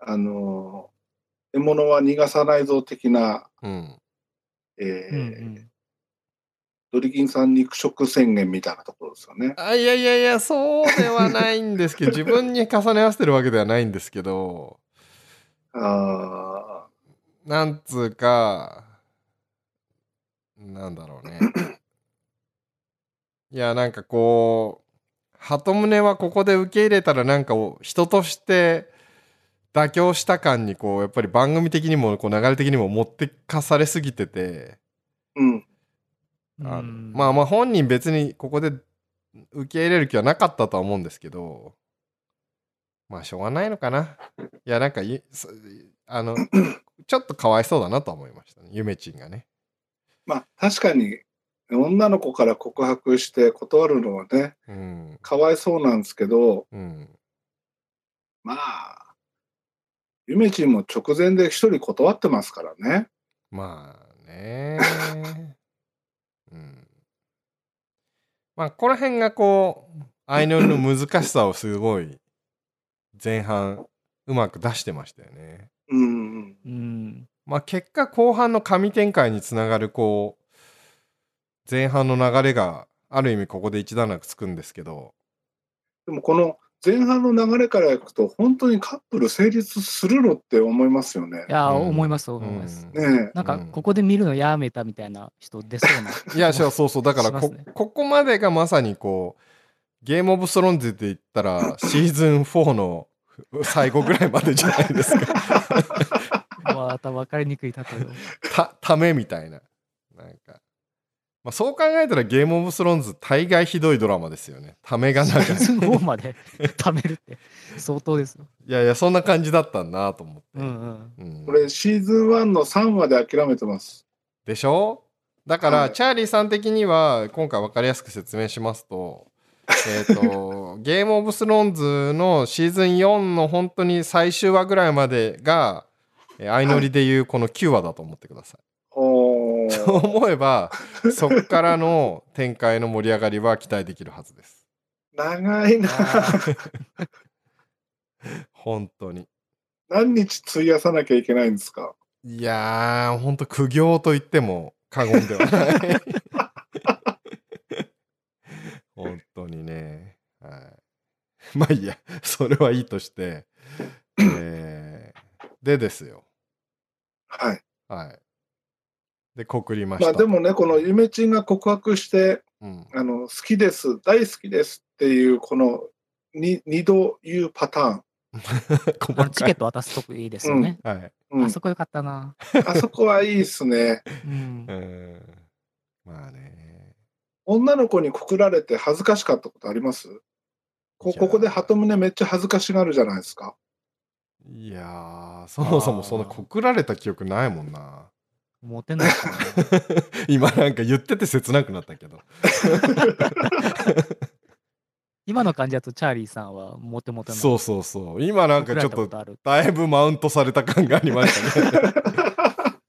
S1: あの獲物は逃がさないぞ的な、
S2: うん
S1: えー
S3: うんうん
S1: ドリキンさん肉食宣言みたいなところですよね。
S2: あいやいやいやそうではないんですけど自分に重ね合わせてるわけではないんですけど
S1: あ
S2: なんつうか、なんだろうね。いや、なんかこう、鳩胸はここで受け入れたら、なんかを人として妥協した感に、こう、やっぱり番組的にも、こう流れ的にも持ってかされすぎてて、
S1: ーうん
S2: あの
S3: うん
S2: まあまあ本人別にここで受け入れる気はなかったとは思うんですけどまあしょうがないのかないやなんかいそあ のちょっとかわいそうだなとは思いましたねゆめちんがね
S1: まあ確かに女の子から告白して断るのはね
S2: うん
S1: かわいそうなんですけど
S2: うん
S1: まあゆめちんも直前で一人断ってますからね。
S2: まあ ねうんまあこの辺がこうアイノルの難しさをすごい前半うまく出してましたよね
S1: うん
S3: うん
S2: まあ、結果後半の神展開につながるこう前半の流れがある意味ここで一段落つくんですけど
S1: でもこの前半の流れからいくと本当にカップル成立するのって思いますよね
S3: い。やー、
S2: うん
S3: 思います、
S2: う
S3: 思い
S2: ん
S3: ます。
S1: ねえ
S3: なんか、
S2: うん
S3: ここで見るのやめたみたいな人出そうな。
S2: いやそうそうそうだから
S3: します
S2: こ,、
S3: ね
S2: ここまでがまさにこうゲームオブスローンズで言ったらシーズン4の最後ぐらいまでじゃないですか
S3: うわまた分かりにくい例えを。
S2: たためみたいななんか、まあ、そう考えたらゲームオブスローンズ大概ひどいドラマですよねためが長い
S3: シーズン4ま で貯めるって相当ですよ。
S2: いやいやそんな感じだったんだなと思って、
S3: うんうん。
S2: うん
S1: これシーズン1の3話で諦めてます。
S2: でしょだから、
S1: はい
S2: チャーリーさん的には今回分かりやすく説明しますとえーとゲームオブスローンズのシーズン4の本当に最終話ぐらいまでがえー相乗りでいうこの9話だと思ってください。
S1: おー
S2: と 思えばそこからの展開の盛り上がりは期待できるはずです。
S1: 長いな。
S2: 本当に。
S1: 何日費やさなきゃいけないんですか
S2: いやー本当苦行と言っても過言ではない本当にね、はい、まあいいやそれはいいとして、えーでですよ
S1: はい。
S2: はいで告りまし
S1: ま
S2: た
S1: あでもね、このゆめちんが告白して、
S2: うん、
S1: あの、好きです、大好きですっていう、この、に二度言うパターン。
S2: 細
S3: あ
S2: か
S3: の
S2: い
S3: チケット渡すとこいいですよね。
S2: はい、
S1: うん、
S3: あそこよかったな。
S1: あそこはいいっすね。
S3: うん
S2: う。んまあね
S1: 女の子に告られて恥ずかしかったことありますこここで鳩胸めっちゃ恥ずかしがるじゃないですか。
S2: いやーそもそもそんな告られた記憶ないもんな
S3: モテないかな。
S2: 今なんか言ってて切なくなったけど
S3: 今の感じだとチャーリーさんはモテモテな
S2: そうそうそう今なんかちょっ
S3: 告られたこととある。
S2: だいぶマウントされた感がありましたね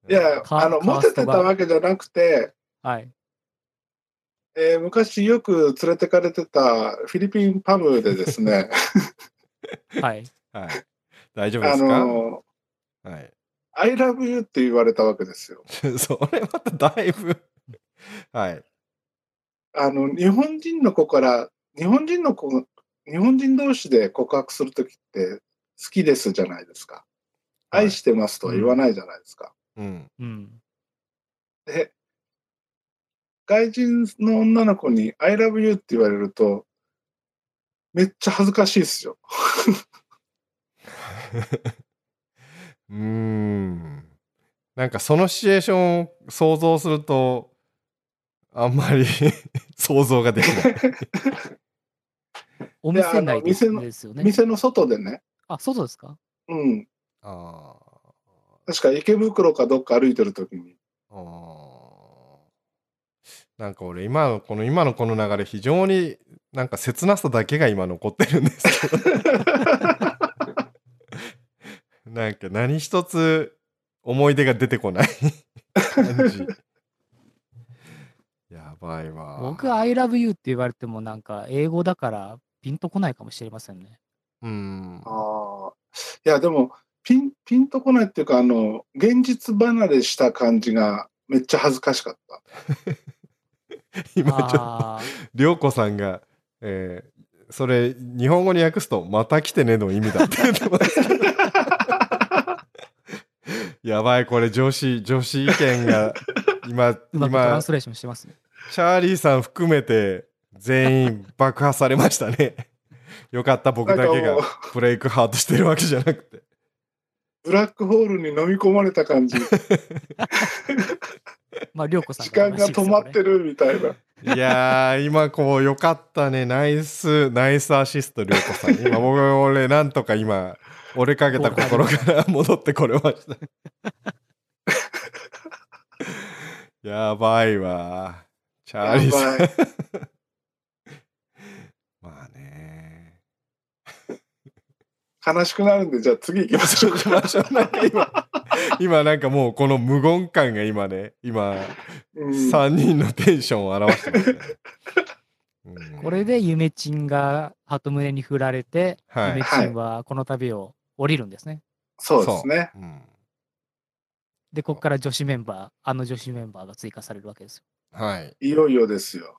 S1: いや、
S3: カ
S1: あの、
S3: カ
S1: モ
S3: ー
S1: テ
S3: スト
S1: て
S3: が
S1: たわけじゃなくて、
S3: はい。
S1: えー昔よく連れてかれてたフィリピンパブでですね、
S3: はい。
S2: はい、大丈夫で
S1: あ
S2: すか、
S1: の、
S2: はい
S1: I love you って言われたわけですよ。
S2: それまただいぶはい
S1: あの、日本人の子から、日本人の子、日本人同士で告白するときって、好きですじゃないですか。
S2: はい
S1: 愛してますとは言わないじゃないですか。
S2: うん
S3: うん。
S1: で、外人の女の子に I love you って言われると、めっちゃ恥ずかしいですよ。
S2: うーんなんかそのシチュエーションを想像すると、あんまり 想像がで きない。
S3: お
S1: で
S3: 店内で
S1: あの店の
S3: ですよね。
S1: 店の外でね、
S3: あ、そうですか
S1: うん、
S2: あ
S1: 確か池袋かどっか歩いてる時に、
S2: ーあーなんか俺今のこの今のこの流れ非常になんか切なさだけが今残ってるんですけど なんか何一つ思い出が出てこない感じやばいわ
S3: 僕、I love you って言われても、なんか、英語だから、ピンとこないかもしれませんね。
S2: うん
S1: ああ、いや、でも、ピン、ピンとこないっていうか、あの、現実離れした感じがめっちゃ恥ずかしかった。
S2: 今ちょっと
S3: あー
S2: 涼子さんが、えーそれ日本語に訳すと「また来てね」の意味だって言ってますけど やばいこれ女子女子意見が今
S3: うまくトラ
S2: 今
S3: ンスレーションしてますね。
S2: チャーリーさん含めて全員爆破されましたね よかった僕だけ
S1: なんかもう
S2: がブレイクハートしてるわけじゃなくて
S1: ブラックホールに飲み込まれた 感じ、
S3: まあ、りょうこさん
S1: 時
S3: の話
S1: 間
S3: で
S1: が
S3: すよ
S1: 止まって
S3: こ
S1: るみたいな。
S2: いやー、今こう、よかったね。ナイス、ナイスアシスト、りょうこさん。今、僕、俺、なんとか今、折れかけた心から戻ってこれました。やばいわ。チャーリーさん。
S1: やばい。
S2: まあね。
S1: 悲しくなるんで、じゃあ次行きましょう か。
S2: なんか今、今なんかもう、この無言感が今ね、今、
S1: うん、
S2: 3人のテンションを表してますね。うん
S3: れで、ゆめちんが鳩胸に振られて、
S2: はい
S3: ゆめちんはこの旅を降りるんですね。
S1: そうですね。
S2: うん
S3: で、ここから女子メンバー、あの女子メンバーが追加されるわけですよ。
S2: はい。
S1: いよいよですよ。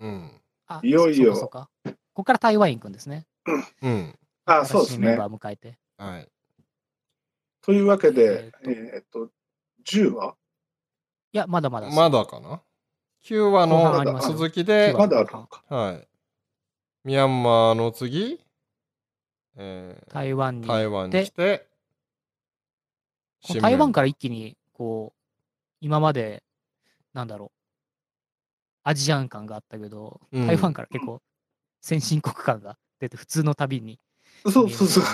S2: うん。
S3: あ
S1: いよいよ
S3: そうかそうかここから台湾行くんですね。
S2: うん。
S1: あそうです
S3: 新しいメン
S1: ね。
S3: バー迎えて。
S2: はい。
S1: というわけで、
S3: え
S1: えーっと、10話
S3: いや、まだまだ。
S2: まだかな ?9 話
S3: 後半
S1: あり
S2: の
S1: ますよ
S2: 続きで
S3: 9、話
S1: まだあるのか。
S2: はい。ミャンマーの次、えー
S3: 台湾に。
S2: 台湾に来て、
S3: この台湾
S2: か
S3: から一気に、こう、今まで、なんだろう、アジアン感があったけど、
S2: うん
S3: 台湾から結構、先進国感が出て、普通の旅に、
S1: そうそうそう。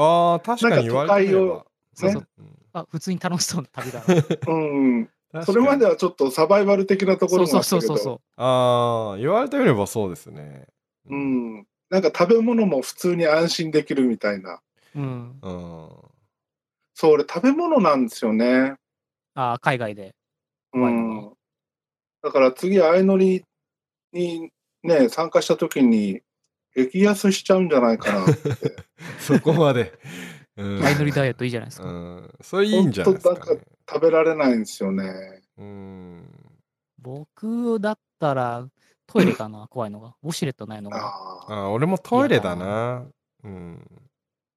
S2: ああ、確かに言われてみれば。
S3: そうそ
S2: ね
S3: う、あ、普通に楽しそうな旅だ な。
S1: うん。
S2: うん
S1: それまで
S2: 確かに
S1: はちょっとサバイバル的なとこ
S3: そ
S1: ろも
S3: うそ
S1: あ
S3: う
S1: った
S3: そう
S1: け
S3: そうそ
S1: ど、
S3: う。
S2: ああ、言われてみればそうですね。
S1: う。ん。なんか食べ物も普通に安心できるみたいな。
S3: うん。
S2: うん。
S1: そう、俺食べ物なんですよね。
S3: あ海外で。
S1: う
S3: 怖いの
S1: ん。だから次、相乗りにね、参加した時に、激安しちゃうんじゃないかな。
S2: そこまで。うん
S3: 相乗りダイエットいいじゃないです
S2: う
S3: か。
S2: ん。それいいんじゃないですか
S1: ほんと
S2: ね
S1: な。食べられないんですよね。
S2: うん。
S3: 僕だったら、トイレかな、怖いのが。ウォシュレットないのが。
S2: あ
S1: あ
S2: あ、俺もトイレだな。うん。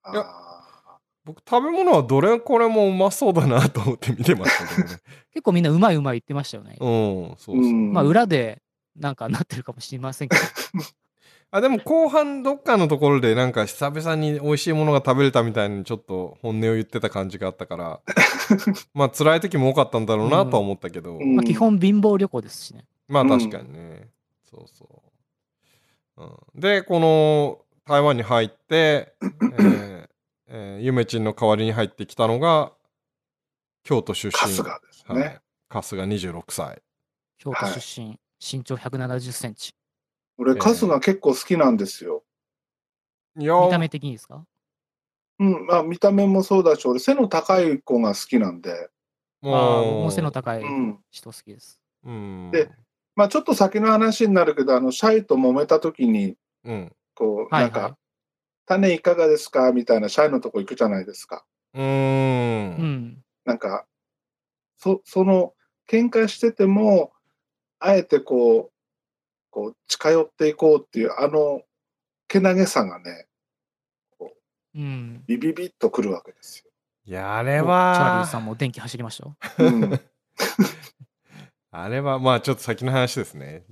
S1: あ
S2: いや
S1: あ
S2: 僕食べ物はどれこれもうまそうだなと思って見てました けどね。
S3: 結構みんなうまいうまい言ってましたよね。
S2: うん、そ
S1: ー。
S2: うそう。
S1: うん。
S3: まあ、裏で、なんかなってるかもしれませんけど。
S2: あ、でも後半どっかのところでなんか久々に美味しいものが食べれたみたいにちょっと本音を言ってた感じがあった から、まあ辛い時も多かったんだろうなとは思ったけど、
S1: うん
S3: まあ、基本貧乏旅行ですしね。
S2: まあ
S1: うん
S2: 確かにね。そうそう。うん、で、この台湾に入って、えーえーゆめちんの代わりに入ってきたのが、京都出身。
S1: 春日ですね。
S2: はい。春日26歳。
S3: 京都
S1: はい
S3: 出身、身長170センチ。
S1: 俺、
S2: えー
S1: カスが結構好きなんですよ。
S2: いやー
S3: 見た目的にですか
S1: うん、まあ見た目もそうだし、俺背の高い子が好きなんで、
S3: ああ、僕も背の高い
S1: うん。
S3: 人好きです。
S2: うん。
S1: でまあちょっと先の話になるけど、あの、シャイと揉めた時に、
S2: うん。
S1: こう、
S3: はい、
S1: なん
S3: は
S1: か、種いかがですかみたいなシャイのとこ行くじゃないですか。
S2: うー。
S3: い。うんん。
S1: なんか、そ、その、喧嘩してても、あえてこう、こう、近寄っていこうっていう、あの、けなげさがね、
S3: うん。
S1: ビビビッとくるわけです
S2: いや、あれ
S3: おチャーリー
S2: は
S3: さ、んも電気走りましたよ。
S1: よ。 うん。
S2: あれは、まあちょっと先の話ですね。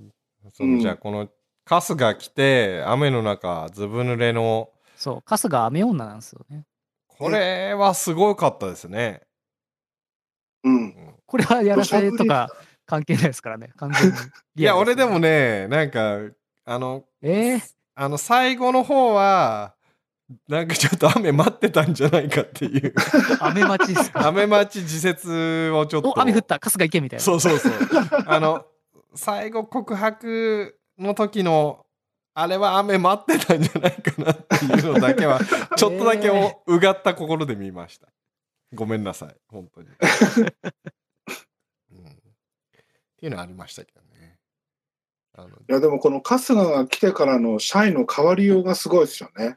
S2: その
S1: うん
S2: じゃあ、この、春日来て、雨の中、ずぶ濡れの、
S3: そう、春日雨女なんですよね。
S2: これはすごかったですね。
S1: うん。
S2: うん
S3: これはやらせと
S1: 土砂降
S3: か関係ないですからね、完全に。
S2: いや、俺でも。ね、なんか、あの、
S3: えー、
S2: あの、最後の方は、なんかちょっと雨待ってたんじゃないかっていう。
S3: 雨待ちですか。
S2: 雨 待ち時節をちょっと。
S3: お、雨降った、春日行けみたいな。
S2: そうそうそう。 あの、最後告白の時の、あれは雨待ってたんじゃないかなっていうのだけ は、ちょっとだけ
S3: え
S2: をうがった心で見ました。ごめんなさい、本 当に。うん、っていうのはありましたけどね。あの
S1: いや、でもこの春日が来てからのシャイの変わりようがすごいですよね。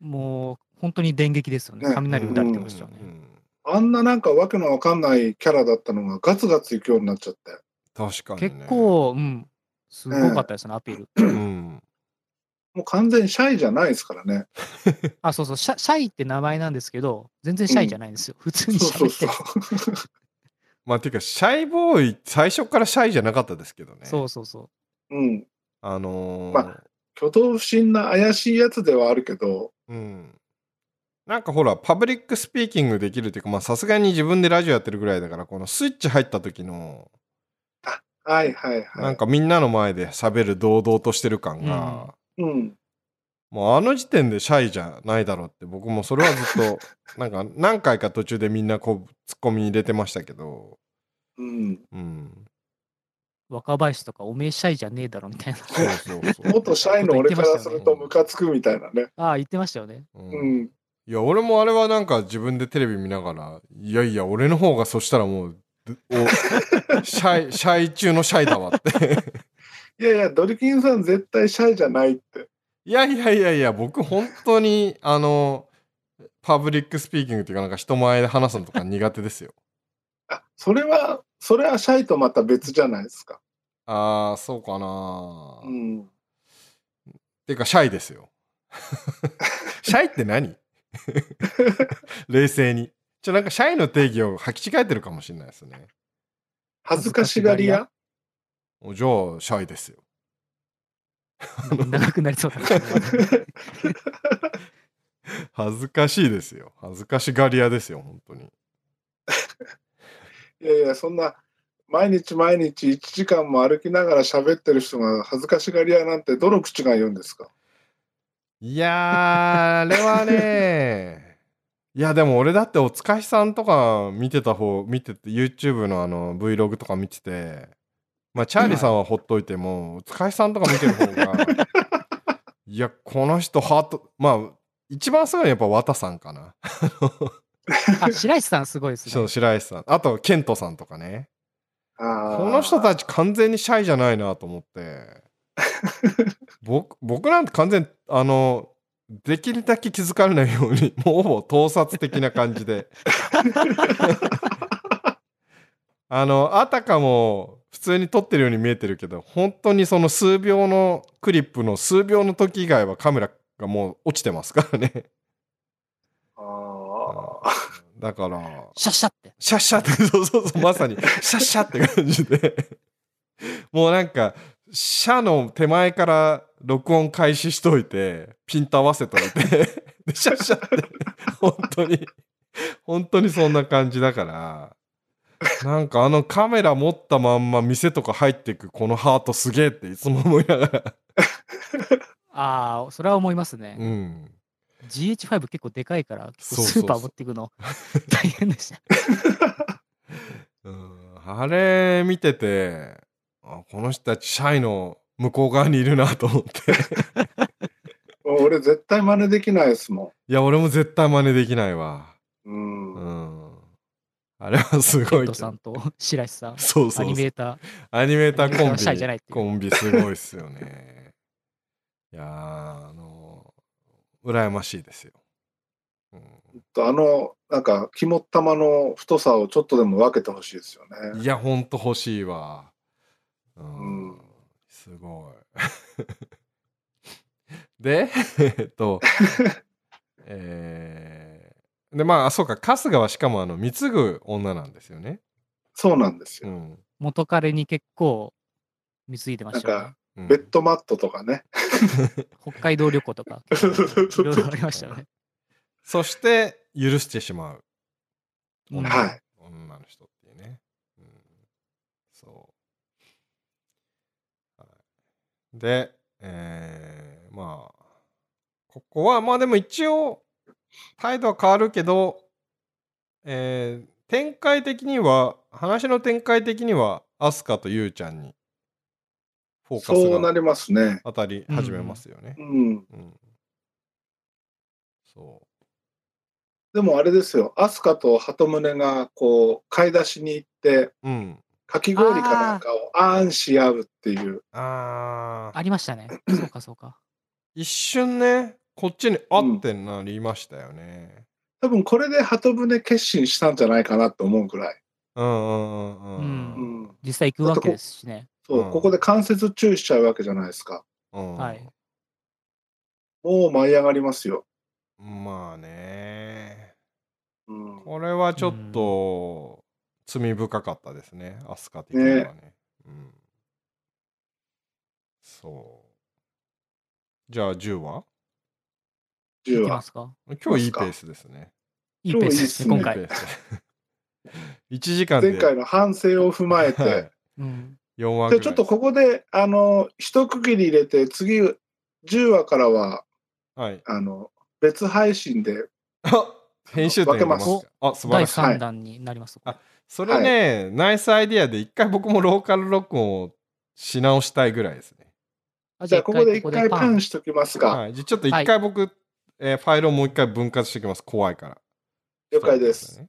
S3: もう、本当に電撃ですよね。
S1: ね
S3: 雷打たれてましたよ
S2: うんう
S3: ね。
S2: ん
S1: あんななんかわけのわかんないキャラだったのがガツガツ行くようになっちゃって。
S2: 確かに、ね。
S3: 結、構、うん、すごかったですね、アピール。
S2: うん。
S1: もう完全にシャイじゃないですから ね。
S3: あ、そうそう、シャシャイって名前なんですけど、全然シャイじゃないんですよ。普通に
S1: そうそ
S3: 喋
S1: う
S3: って
S1: そう
S3: る。。
S2: まあ、ていうか、シャイボーイ、最初からシャイじゃなかったですけどね。
S3: そうそうそう。
S1: うん。
S2: あのー
S1: ま挙動不審な怪しいやつではあるけど、
S2: うん。なんかほら、パブリックスピーキングできるっていうか、まあさすがに自分でラジオやってるぐらいだから、このスイッチ入った時の、
S1: はいはいはい。
S2: なんかみんなの前で喋る堂々としてる感が、
S1: うん。
S2: もうあの時点でシャイじゃないだろうって、僕もそれはずっ と、なんか何回か途中でみんなこう、ツッコミ入れてましたけど、
S1: うん。
S2: うん。
S3: 若林とか、おめえシャイじゃねえだろみたいな。
S2: そうそう そう。
S1: 元シャイの俺からするとムカつくみたいなね。
S3: ああ、言ってましたよね。
S2: うん
S1: うん。
S2: いや、俺もあれはなんか自分でテレビ見ながら、いやいや、俺の方がそしたらもう、おシャイ、シャイ中のシャイだわって。
S1: いやいや、ドリキンさん絶対シャイじゃないって。
S2: いやいやいやいや、僕本当に、あの、パブリックスピーキングっていうか、なんか人前で話すのとか苦手ですよ。
S1: あ、それは、それはシャイとまた別じゃないですか。
S2: ああ、そうかな、
S1: う
S2: っ
S1: ん。
S2: ていうか、シャイですよ。 シャイって何 冷静に。ちょ、なんかシャイの定義を履き違えてるかもしれないですね。
S1: 恥ずかしがり屋
S2: おじゃあ、シャイですよ。
S3: 長くなりそうだな。
S2: 恥ずかしいですよ。恥ずかしがり屋ですよ、本当に。
S1: いやいや、そんな、毎日毎日1時間も歩きながら喋ってる人が恥ずかしがり屋なんてどの口が言うんですか
S2: いやー、あれはね、いや、でも俺だっておつかしさんとか見てた方、見てて、YouTube のあの Vlog とか見てて、まあ、チャーリーさんはほっといても、おつかしさんとか見てる方が、いや、この人、ハート、まあ、一番すごいのはやっぱ綿さんかな。
S3: あ、白石さんすごいです
S2: そ
S3: ね
S2: う、。白石さん。あと、ケントさんとかね。
S1: こ
S2: この人たち完全にシャイじゃないなと思って。僕僕なんて完全にあのできるだけ気づかれないように もうほぼ盗撮的な感じであのあたかも普通に撮ってるように見えてるけど本当にその数秒のクリップの数秒の時以外はカメラがもう落ちてますからね
S1: あ
S2: だから
S3: シャッシャって。
S2: シャッシャって、 そうそうそう、まさに、シャッシャって感じで、もうなんか、シャの手前から録音開始しといて、ピント合わせといて、でシャッシャって、本当に、本当にそんな感じだから、なんかあのカメラ持ったまんま店とか入っていくこのハートすげえっていつも思いながら、
S3: ああ、それは思いますね
S2: う。ん。
S3: GH5 結構でかいから、結構
S2: そうそう
S3: ス
S2: そう
S3: ーパー持っていくの大変でした。
S2: うんあれ見ててあこの人たちシャイの向こう側にいるなと思って
S1: あ。俺絶対真似できないですも
S2: いや、俺も絶対真似できないわ。
S1: ん。うん。
S2: う
S1: うん
S2: ん。あれはす
S3: ケ
S2: ご
S3: ン
S2: いけ
S3: ト
S2: ど。
S3: さ
S2: そ
S3: んと白石さん
S2: う。そうそ
S3: ア
S2: う。
S3: ニメーター。
S2: アニメーター
S3: アニメーター
S2: コン
S3: はシャイじゃないっ
S2: ビ
S3: て。いう
S2: コンビすごいっすよ ね。いやー、あの羨ましいですよ。う
S1: あの、なんか、肝っ玉の太さをちょっとでも分けてほしいですよ
S2: ん、
S1: ね。
S2: いや、ほんと欲しいわ。うん。
S1: うん
S2: すごい。 で、えっと、えー、で、まあ、そうか、春日はしかも、あの、貢ぐ女なんですよね。
S1: そうなんです
S2: う
S1: よ。
S2: ん。
S3: 元彼に結構貢いでましたよ、
S1: なん
S3: ね
S1: か。
S2: うん
S1: ベッドマットとかね。
S3: 北海道旅行とか、いろいろありましたよね。
S2: そして許してしまう。
S3: うん
S1: はい。
S2: うん女の人っていうね。うん、そう。はい、で、えー、まあ、ここは、まあでも一応、態度は変わるけど、えー展開的には、話の展開的には、アスカとユウちゃんに、フォーカス
S1: そうな
S2: が
S1: りますね。
S2: 当たり始めますよね。
S1: うん。
S2: うん。そ
S1: でもあれですよ、アスカと鳩宗がこう買い出しに行って、
S2: う。うん。
S1: かき氷かなんかをあーんし合うっていう、
S2: ああ。
S3: ありましたね。そうかそうか。
S2: 一瞬ね、こっちにあってなりましたよね。
S1: 多分これで鳩宗決心したんじゃないかなと思うぐらい、
S2: うんうんうんう。
S1: うんん
S3: 実際行くわけですしね。
S1: そう
S2: うん
S1: ここで間接注意しちゃうわけじゃないですか。
S2: うん
S3: はい。
S1: もう舞い上がりますよ。
S2: まあね。
S1: うん、
S2: これはちょっと、罪深かったですね。アスカ的にはね。うん。そう。じゃあ10は
S1: 銃
S3: 行きま
S1: は。
S3: すか
S2: 今日いいペースですね。
S3: いいペースですね、
S1: 今
S3: 今
S1: 日いいっすね
S3: 回。
S2: 1時間で。
S1: 前回の反省を踏まえ
S2: は
S1: て
S2: い、
S3: うん。
S2: 4話ぐら
S1: で
S2: い
S1: ちょっとここであの一区切り入れて、次10話からは
S2: はい。
S1: あの別配信で、
S2: あ編集点入れます
S3: 分け
S2: かあ、素晴
S3: 第
S2: らしい。
S1: は
S3: 3
S1: い
S3: 弾になりますと
S2: あそれね、ナイスアイディアで一回僕もローカル録音をし直したいぐらいですね。
S3: あ
S1: じゃあここで一回
S3: パ
S1: パンしときますか。
S2: はい、じゃあちょっと一回僕、えーファイルをもう一回分割しておきます。怖いから。
S1: 了解です。
S2: そうね。